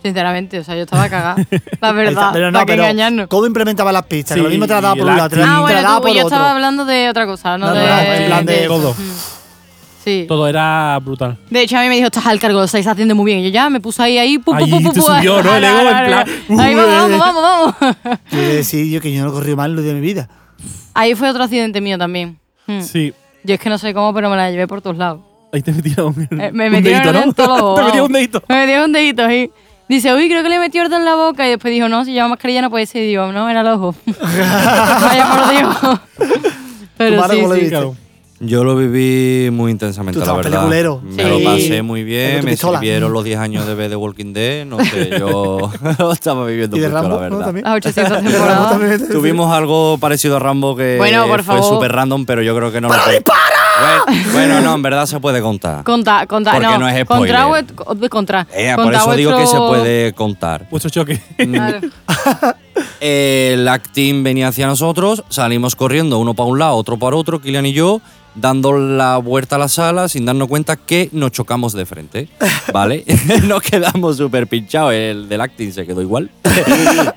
Speaker 1: Sinceramente, o sea, yo estaba cagada. La
Speaker 2: Ahí
Speaker 1: verdad,
Speaker 2: está. Pero
Speaker 1: para
Speaker 2: no,
Speaker 1: que
Speaker 2: pero
Speaker 1: engañarnos.
Speaker 2: ¿cómo implementaba las pistas? Que lo
Speaker 4: Sí,
Speaker 2: mismo te las daba por
Speaker 4: el
Speaker 2: un lado, te las
Speaker 4: acting.
Speaker 1: Ah, bueno,
Speaker 2: te las
Speaker 1: tú,
Speaker 2: daba por
Speaker 1: yo
Speaker 2: otro.
Speaker 1: estaba hablando de otra cosa, no,
Speaker 2: No,
Speaker 1: de,
Speaker 2: no, en plan de-
Speaker 4: Todo.
Speaker 1: Sí.
Speaker 4: Todo era brutal.
Speaker 1: De hecho, a mí me dijo, estás al cargo, lo estáis haciendo muy bien. Y yo ya me puse ahí, ahí, pu, pu,
Speaker 4: Ahí
Speaker 1: pu, pu,
Speaker 4: te
Speaker 1: pu,
Speaker 4: subió,
Speaker 1: ahí,
Speaker 4: ¿no? El
Speaker 1: ahí,
Speaker 4: ego en
Speaker 1: ahí,
Speaker 4: plan, uh, eh.
Speaker 1: ahí, vamos, vamos, vamos, vamos.
Speaker 2: Yo voy a decir yo que yo no corrí mal los de mi vida.
Speaker 1: Ahí fue otro accidente mío también. Hmm.
Speaker 4: Sí.
Speaker 1: Yo es que no sé cómo, pero me la llevé por todos lados.
Speaker 4: Ahí te metieron un,
Speaker 1: Eh, me
Speaker 4: un
Speaker 1: metieron
Speaker 4: dedito,
Speaker 1: en
Speaker 4: ¿no?
Speaker 1: todos los
Speaker 4: te
Speaker 1: bocados.
Speaker 4: metieron un dedito.
Speaker 1: Me metió un dedito ahí. Dice, uy, creo que le metió orden en la boca. Y después dijo, no, si lleva mascarilla no puede ser. Y digo, no, era el ojo. Vaya por Dios.
Speaker 2: Tu
Speaker 1: Pero
Speaker 2: madre
Speaker 1: sí,
Speaker 2: como le
Speaker 1: sí.
Speaker 2: viste.
Speaker 4: Claro.
Speaker 3: Yo lo viví muy intensamente,
Speaker 2: Tú
Speaker 3: la
Speaker 2: estabas
Speaker 3: verdad.
Speaker 2: peliculero.
Speaker 3: Me
Speaker 1: Sí.
Speaker 3: lo pasé muy
Speaker 2: Con
Speaker 3: bien,
Speaker 2: tu
Speaker 3: me
Speaker 2: pistola.
Speaker 3: sirvieron los 10 años de ver The Walking Dead, no sé, yo lo estaba viviendo
Speaker 2: Y de
Speaker 3: mucho, la
Speaker 2: Rambo, ¿no?
Speaker 3: verdad.
Speaker 2: También.
Speaker 1: Las 800
Speaker 2: De Rambo
Speaker 1: temporadas.
Speaker 2: también.
Speaker 3: Tuvimos algo parecido a Rambo que
Speaker 1: Bueno, por
Speaker 3: fue
Speaker 1: favor.
Speaker 3: súper random, pero yo creo que no lo puede. Bueno, bueno, no, en verdad se puede contar.
Speaker 1: Conta, conta,
Speaker 3: Porque
Speaker 1: no,
Speaker 3: no es
Speaker 1: contra,
Speaker 3: spoiler.
Speaker 1: vuest- co- contra,
Speaker 3: Eh, por
Speaker 1: contra
Speaker 3: eso digo que se
Speaker 1: vuestro-
Speaker 3: puede contar. Mm,
Speaker 4: Vuestro choque.
Speaker 1: Claro.
Speaker 3: El acting venía hacia nosotros, salimos corriendo, uno para un lado, otro para otro, Kilian y yo, dando la vuelta a la sala sin darnos cuenta que nos chocamos de frente, ¿vale? nos quedamos súper pinchados, el del acting se quedó igual,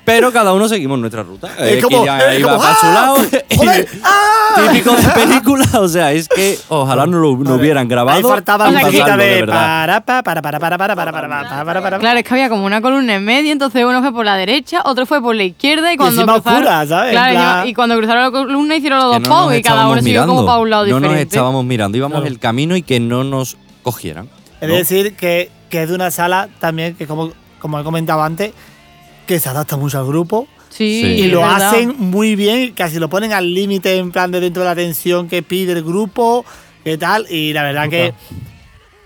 Speaker 3: pero cada uno seguimos nuestra ruta. Eh,
Speaker 2: como-
Speaker 3: que ya
Speaker 2: es
Speaker 3: iba
Speaker 2: como,
Speaker 3: para su
Speaker 2: ¡ah!
Speaker 3: lado.
Speaker 2: ¡Joder! ¡Ah!
Speaker 3: Típico de película, o sea, es que ojalá no lo, no hubieran grabado.
Speaker 2: Ahí faltaba
Speaker 3: y
Speaker 2: la
Speaker 3: pasarlo
Speaker 2: cajita
Speaker 3: de
Speaker 2: de
Speaker 3: verdad.
Speaker 2: para pa, para para para para para para para para para para.
Speaker 1: Claro, es que había como una columna en medio, entonces uno fue por la derecha, otro fue por la izquierda y cuando
Speaker 2: encima
Speaker 1: cruzaron,
Speaker 2: oscura, ¿sabes?
Speaker 1: Claro,
Speaker 2: En plan-
Speaker 1: y cuando cruzaron la columna hicieron los
Speaker 3: que
Speaker 1: dos
Speaker 3: no
Speaker 1: pau
Speaker 3: nos
Speaker 1: y cada uno
Speaker 3: estábamos
Speaker 1: siguió como
Speaker 3: mirando.
Speaker 1: para un lado
Speaker 3: No nos
Speaker 1: diferente.
Speaker 3: estábamos mirando, íbamos
Speaker 4: Claro.
Speaker 3: el camino y que no nos cogieran.
Speaker 2: Es
Speaker 3: ¿no?
Speaker 2: decir, que, que es de una sala también, que como, como he comentado antes, que se adapta mucho al grupo
Speaker 1: Sí,
Speaker 3: Sí.
Speaker 2: y
Speaker 1: es
Speaker 2: lo
Speaker 1: verdad.
Speaker 2: hacen muy bien, casi lo ponen al límite en plan de dentro de la tensión que pide el grupo, qué tal, y la verdad que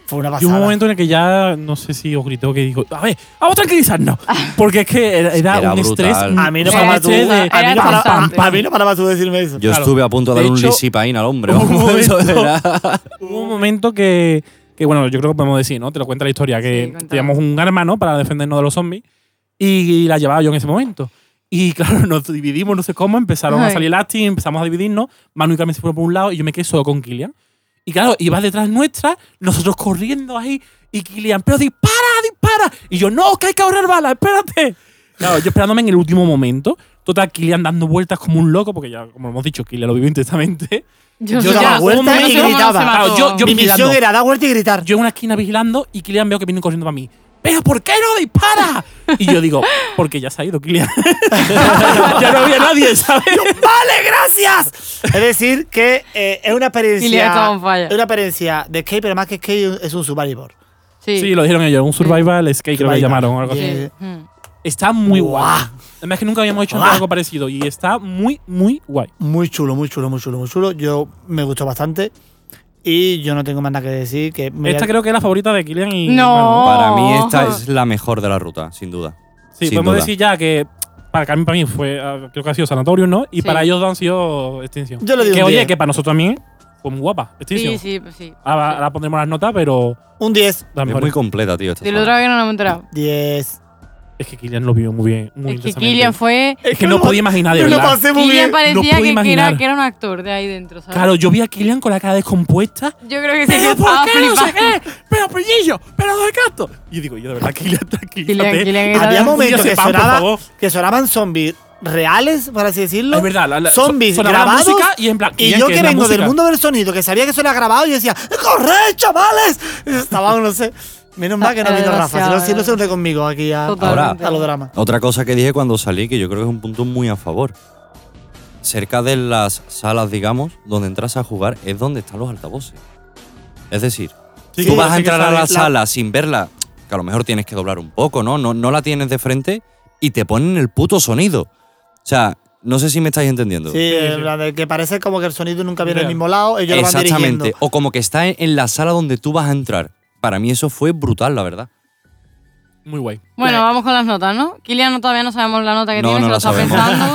Speaker 2: fue una
Speaker 4: Y hubo
Speaker 2: pasada.
Speaker 4: un momento en el que ya no sé si os gritó que dijo, a ver, vamos a tranquilizarnos. Porque es que era, era
Speaker 3: Era
Speaker 4: un
Speaker 3: brutal.
Speaker 4: estrés.
Speaker 2: a mí no
Speaker 4: o sea,
Speaker 1: Era
Speaker 2: paraba
Speaker 4: un
Speaker 2: tú,
Speaker 4: estrés
Speaker 1: absurda,
Speaker 4: de-
Speaker 2: a mí no
Speaker 1: era
Speaker 2: paraba-
Speaker 1: constante.
Speaker 2: a mí no parabas tú de decirme eso.
Speaker 3: Yo
Speaker 4: Claro.
Speaker 3: estuve a punto de,
Speaker 4: De
Speaker 3: darle
Speaker 4: hecho,
Speaker 3: un lisipaín al hombre.
Speaker 4: hubo un
Speaker 3: vamos, eso
Speaker 4: momento-
Speaker 3: era-
Speaker 4: Hubo un momento que, que, bueno, yo creo que podemos decir, ¿no? Te lo cuenta la historia,
Speaker 1: Sí,
Speaker 4: que
Speaker 1: cuéntalo.
Speaker 4: teníamos un arma, ¿no? Para defendernos de los zombies. Y, la llevaba yo en ese momento. Y claro, nos dividimos, no sé cómo, empezaron a
Speaker 1: Ay.
Speaker 4: salir las teams, empezamos a dividirnos. Manu y Carmen se fueron por un lado y yo me quedé solo con Kilian. Y claro, iba detrás nuestra, nosotros corriendo ahí, y Kilian, pero dispara, dispara. Y yo, no, que hay que ahorrar balas, espérate. Claro, yo esperándome en el último momento. Total, Kilian dando vueltas como un loco, porque ya, como hemos dicho, Kilian lo vivió intensamente.
Speaker 1: Yo,
Speaker 2: Yo
Speaker 1: sé
Speaker 2: daba
Speaker 1: ya,
Speaker 2: vueltas
Speaker 1: no sé
Speaker 2: y
Speaker 1: cómo no se
Speaker 2: gritaba.
Speaker 1: mató.
Speaker 4: Claro, yo- yo-
Speaker 2: Mi misión
Speaker 4: mirando.
Speaker 2: era dar vuelta y gritar.
Speaker 4: Yo en una esquina vigilando y Kilian veo que viene corriendo para mí. ¿Pero por qué no dispara? Y yo digo, porque ya se ha ido Kilian. ya no había nadie, ¿sabes?
Speaker 2: ¡Vale, gracias! Es decir, que eh, es una
Speaker 1: Y le
Speaker 2: experiencia.
Speaker 1: estaba on fire.
Speaker 2: Es una experiencia de skate, pero más que skate es un survivor.
Speaker 1: Sí.
Speaker 4: Sí, lo dijeron ellos, un survival skate creo que le
Speaker 2: Survival.
Speaker 4: llamaron o algo así.
Speaker 2: Yeah.
Speaker 1: Sí.
Speaker 2: Eh,
Speaker 1: Mm.
Speaker 4: Está muy guay.
Speaker 2: Guau.
Speaker 4: Además que nunca habíamos hecho
Speaker 2: Guau.
Speaker 4: algo parecido y está muy, muy guay.
Speaker 2: Muy chulo, muy chulo, muy chulo, muy chulo. Yo me gustó bastante. Y yo no tengo más nada que decir. Que me voy
Speaker 4: Esta
Speaker 2: a-
Speaker 4: creo que es la favorita de Kilian y
Speaker 1: No.
Speaker 4: Manu.
Speaker 3: Para mí esta
Speaker 1: Oh.
Speaker 3: es la mejor de la ruta, sin duda.
Speaker 4: Sí,
Speaker 3: Sin
Speaker 4: podemos
Speaker 3: duda.
Speaker 4: decir ya que para Carmen para mí fue, ah, creo que ha sido Sanatorio, ¿no? Y
Speaker 1: Sí.
Speaker 4: para ellos dos han sido Extinción.
Speaker 2: Yo le digo
Speaker 4: que
Speaker 2: un
Speaker 4: oye,
Speaker 2: 10.
Speaker 4: que para nosotros también fue muy guapa,
Speaker 1: Sí,
Speaker 4: Extinción.
Speaker 1: sí, pues sí.
Speaker 4: Ahora, Ah, ahora pondremos las notas, pero
Speaker 2: Un 10.
Speaker 4: la
Speaker 3: Es
Speaker 4: mejor
Speaker 3: muy completa, tío. esta
Speaker 1: Del
Speaker 3: sala.
Speaker 1: otro día no me he enterado.
Speaker 2: 10.
Speaker 4: Es que Kilian lo vio muy bien. Muy
Speaker 1: Es que
Speaker 4: intensamente.
Speaker 1: Killian fue.
Speaker 4: Es que no podía imaginar, de
Speaker 2: Yo lo
Speaker 4: verdad.
Speaker 2: pasé Eh, muy
Speaker 1: Killian
Speaker 2: bien.
Speaker 4: no
Speaker 1: parecía
Speaker 4: puedo
Speaker 1: que, que
Speaker 4: imaginar.
Speaker 1: era, que era un actor de ahí dentro, ¿sabes?
Speaker 4: Claro, yo vi a Kilian con la cara descompuesta.
Speaker 1: Yo creo que sí que
Speaker 4: ¿Pero
Speaker 1: estaba
Speaker 4: por qué? No sé
Speaker 1: flipando.
Speaker 4: qué. Pero pellillo, pero de gato. Y digo, yo de verdad, Kilian,
Speaker 1: Killian,
Speaker 4: tranquilízate.
Speaker 1: Killian era
Speaker 2: Había
Speaker 1: de-
Speaker 2: momentos
Speaker 4: Dios,
Speaker 2: que,
Speaker 4: pan, por
Speaker 2: sonaba-
Speaker 4: favor.
Speaker 2: que sonaban zombies reales, por así decirlo.
Speaker 4: Es verdad, la- la-
Speaker 2: zombies
Speaker 4: sonaba la
Speaker 2: grabados.
Speaker 4: música y en plan,
Speaker 2: y
Speaker 4: Kilian,
Speaker 2: yo
Speaker 4: ¿qué
Speaker 2: que,
Speaker 4: es la
Speaker 2: vengo del
Speaker 4: música?
Speaker 2: mundo del sonido, que sabía que eso era grabado, yo decía, ¡corre, chavales! Estaban, no sé. Menos mal que no
Speaker 1: Era
Speaker 2: vino Rafa. Si no,
Speaker 1: Ah, demasiado,
Speaker 2: si no se
Speaker 1: era-
Speaker 2: une conmigo aquí a,
Speaker 1: Totalmente.
Speaker 2: a los dramas.
Speaker 3: Otra cosa que dije cuando salí, que yo creo que es un punto muy a favor. Cerca de las salas, digamos, donde entras a jugar, es donde están los altavoces. Es decir,
Speaker 4: Sí,
Speaker 3: tú
Speaker 2: sí,
Speaker 3: vas a
Speaker 4: sí que
Speaker 3: entrar a la
Speaker 4: sabes, la-
Speaker 3: sala sin verla, que a lo mejor tienes que doblar un poco, ¿no? No, no la tienes de frente y te ponen el puto sonido. O sea, no sé si me estáis entendiendo.
Speaker 2: Sí,
Speaker 4: sí.
Speaker 2: en plan de que parece como que el sonido nunca viene del
Speaker 4: Real.
Speaker 2: mismo lado, ellos lo van dirigiendo.
Speaker 3: Exactamente. O como que está en- en la sala donde tú vas a entrar. Para mí eso fue brutal, la verdad.
Speaker 4: Ah, Muy guay.
Speaker 1: Bueno, vamos con las notas, ¿no? Kilian no- todavía no sabemos la nota que
Speaker 3: No,
Speaker 1: tiene,
Speaker 3: no
Speaker 1: se lo
Speaker 3: la
Speaker 1: está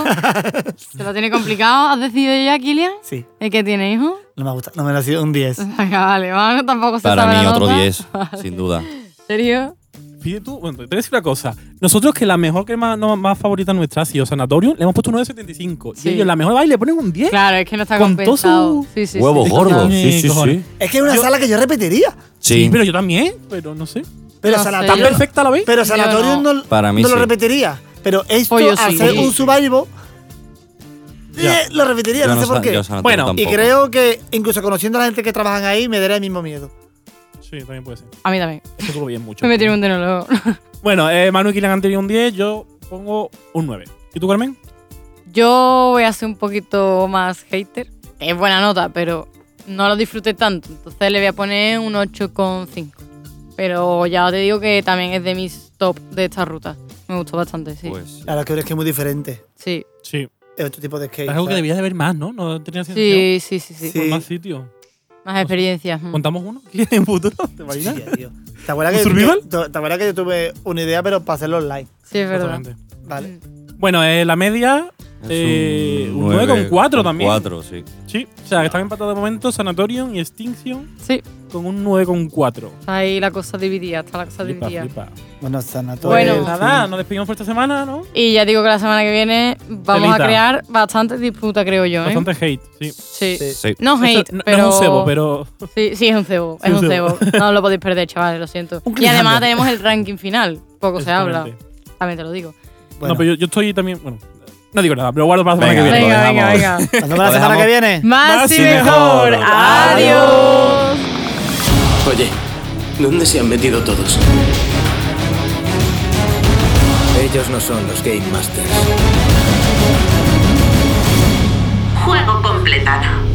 Speaker 1: pensando. se lo tiene complicado. ¿Has decidido ya, Kilian?
Speaker 2: Sí,
Speaker 1: ¿El que tiene, hijo?
Speaker 2: no me gusta, no me ha sido un 10.
Speaker 1: Venga, vale, vamos, tampoco se
Speaker 3: Para
Speaker 1: sabe
Speaker 3: mí
Speaker 1: la
Speaker 3: otro
Speaker 1: nota.
Speaker 3: 10, sin duda.
Speaker 1: ¿En serio?
Speaker 4: Fíjate tú, bueno, te voy a decir una cosa. Nosotros, que la mejor que más, no, más favorita nuestra ha sido Sanatorio, le hemos puesto un 9,75.
Speaker 1: Sí.
Speaker 4: Y ellos, la mejor baile, le ponen un 10.
Speaker 1: Claro, es que no está
Speaker 4: Con todo
Speaker 1: compensado.
Speaker 4: su-
Speaker 1: Sí, sí,
Speaker 3: Huevos
Speaker 1: sí.
Speaker 3: gordos. Sí, sí,
Speaker 4: Cojones.
Speaker 3: sí.
Speaker 2: Es que es una
Speaker 4: Yo-
Speaker 2: sala que yo repetiría.
Speaker 3: Sí.
Speaker 4: pero yo también, pero no sé.
Speaker 2: Pero,
Speaker 1: No
Speaker 2: sala-
Speaker 1: sé,
Speaker 4: ¿Tan
Speaker 1: yo-
Speaker 2: pero-
Speaker 4: perfecta la veis?
Speaker 2: pero
Speaker 1: Yo
Speaker 2: Sanatorium
Speaker 1: no.
Speaker 2: no,
Speaker 3: Para mí
Speaker 2: no lo
Speaker 3: sí.
Speaker 2: repetiría. Pero esto,
Speaker 1: Pues yo
Speaker 2: al
Speaker 1: sí.
Speaker 2: ser
Speaker 1: Sí.
Speaker 2: un survival,
Speaker 4: Ya.
Speaker 2: eh, lo repetiría,
Speaker 3: Yo
Speaker 2: no,
Speaker 3: no
Speaker 2: sé por
Speaker 3: sa-
Speaker 2: qué.
Speaker 3: yo sanatorio
Speaker 4: Bueno, y
Speaker 2: Y
Speaker 3: tampoco.
Speaker 2: creo que incluso conociendo a la gente que trabajan ahí, me daría el mismo miedo.
Speaker 4: Sí, también puede ser.
Speaker 1: A mí también.
Speaker 4: Esto estuvo bien mucho.
Speaker 1: Me metieron un tenólogo.
Speaker 4: Bueno, eh, Manu y Kilian han tenido un 10, yo pongo un 9. ¿Y tú, Carmen?
Speaker 1: Yo voy a ser un poquito más hater. Es buena nota, pero no lo disfruté tanto. Entonces le voy a poner un 8,5. Pero ya te digo que también es de mis top de esta ruta. Me gustó bastante, sí.
Speaker 3: Pues,
Speaker 2: Claro, que es que es muy diferente.
Speaker 1: sí.
Speaker 4: Sí.
Speaker 2: Es otro tipo de skate.
Speaker 4: Es algo que
Speaker 2: ¿sabes?
Speaker 4: debías de ver más, ¿no? No tenía
Speaker 1: Sí, sí, sí, sí.
Speaker 2: Sí.
Speaker 4: Por más sitio.
Speaker 1: Más experiencias. mm.
Speaker 4: ¿Contamos uno? ¿En futuro? ¿Te imaginas?
Speaker 2: Hostia, tío. ¿Te acuerdas,
Speaker 4: ¿Un
Speaker 2: que,
Speaker 4: survival?
Speaker 2: que- te- te acuerdas que yo tuve una idea, pero para hacerlo online?
Speaker 1: Sí, es verdad. Mm.
Speaker 4: Exactamente.
Speaker 2: Vale.
Speaker 4: Bueno, eh, la media.
Speaker 3: es
Speaker 4: eh, un
Speaker 3: nueve
Speaker 4: 9,4
Speaker 3: con
Speaker 4: también.
Speaker 3: 4, sí.
Speaker 4: Sí. O sea, que están empatados de momento Sanatorium y Extinction
Speaker 1: Sí,
Speaker 4: con un 9,4.
Speaker 1: está ahí la cosa dividida, está la cosa
Speaker 4: Flipa,
Speaker 1: dividida.
Speaker 4: flipa.
Speaker 2: Bueno, sanatorio.
Speaker 4: Bueno,
Speaker 1: Bueno.
Speaker 4: nada, nos despedimos por esta semana, ¿no?
Speaker 1: Y ya digo que la semana que viene vamos
Speaker 4: Telita.
Speaker 1: a crear bastante disputa, creo yo. ¿eh?
Speaker 4: Bastante hate, sí.
Speaker 1: Sí.
Speaker 3: Sí.
Speaker 1: No hate,
Speaker 4: Esto no-
Speaker 1: pero.
Speaker 4: No es un cebo, pero.
Speaker 1: Sí, sí, es un cebo.
Speaker 4: Sí,
Speaker 1: es
Speaker 4: un
Speaker 1: un
Speaker 4: cebo.
Speaker 1: cebo. No os lo podéis perder, chavales, lo siento.
Speaker 4: Un
Speaker 1: Y además
Speaker 4: cliffhanger.
Speaker 1: tenemos el ranking final. Poco se habla.
Speaker 4: Exactamente.
Speaker 1: También te lo digo.
Speaker 2: Bueno,
Speaker 4: No, pero yo, yo estoy también. Bueno, no digo nada, pero guardo para la semana
Speaker 3: Venga.
Speaker 4: que viene.
Speaker 3: lo
Speaker 1: Venga, venga, venga.
Speaker 3: dejamos.
Speaker 2: nos vemos la semana que viene.
Speaker 1: Más y mejor. Adiós.
Speaker 5: Oye, ¿dónde se han metido todos?
Speaker 6: Ellos no son los Game Masters.
Speaker 7: Juego completado.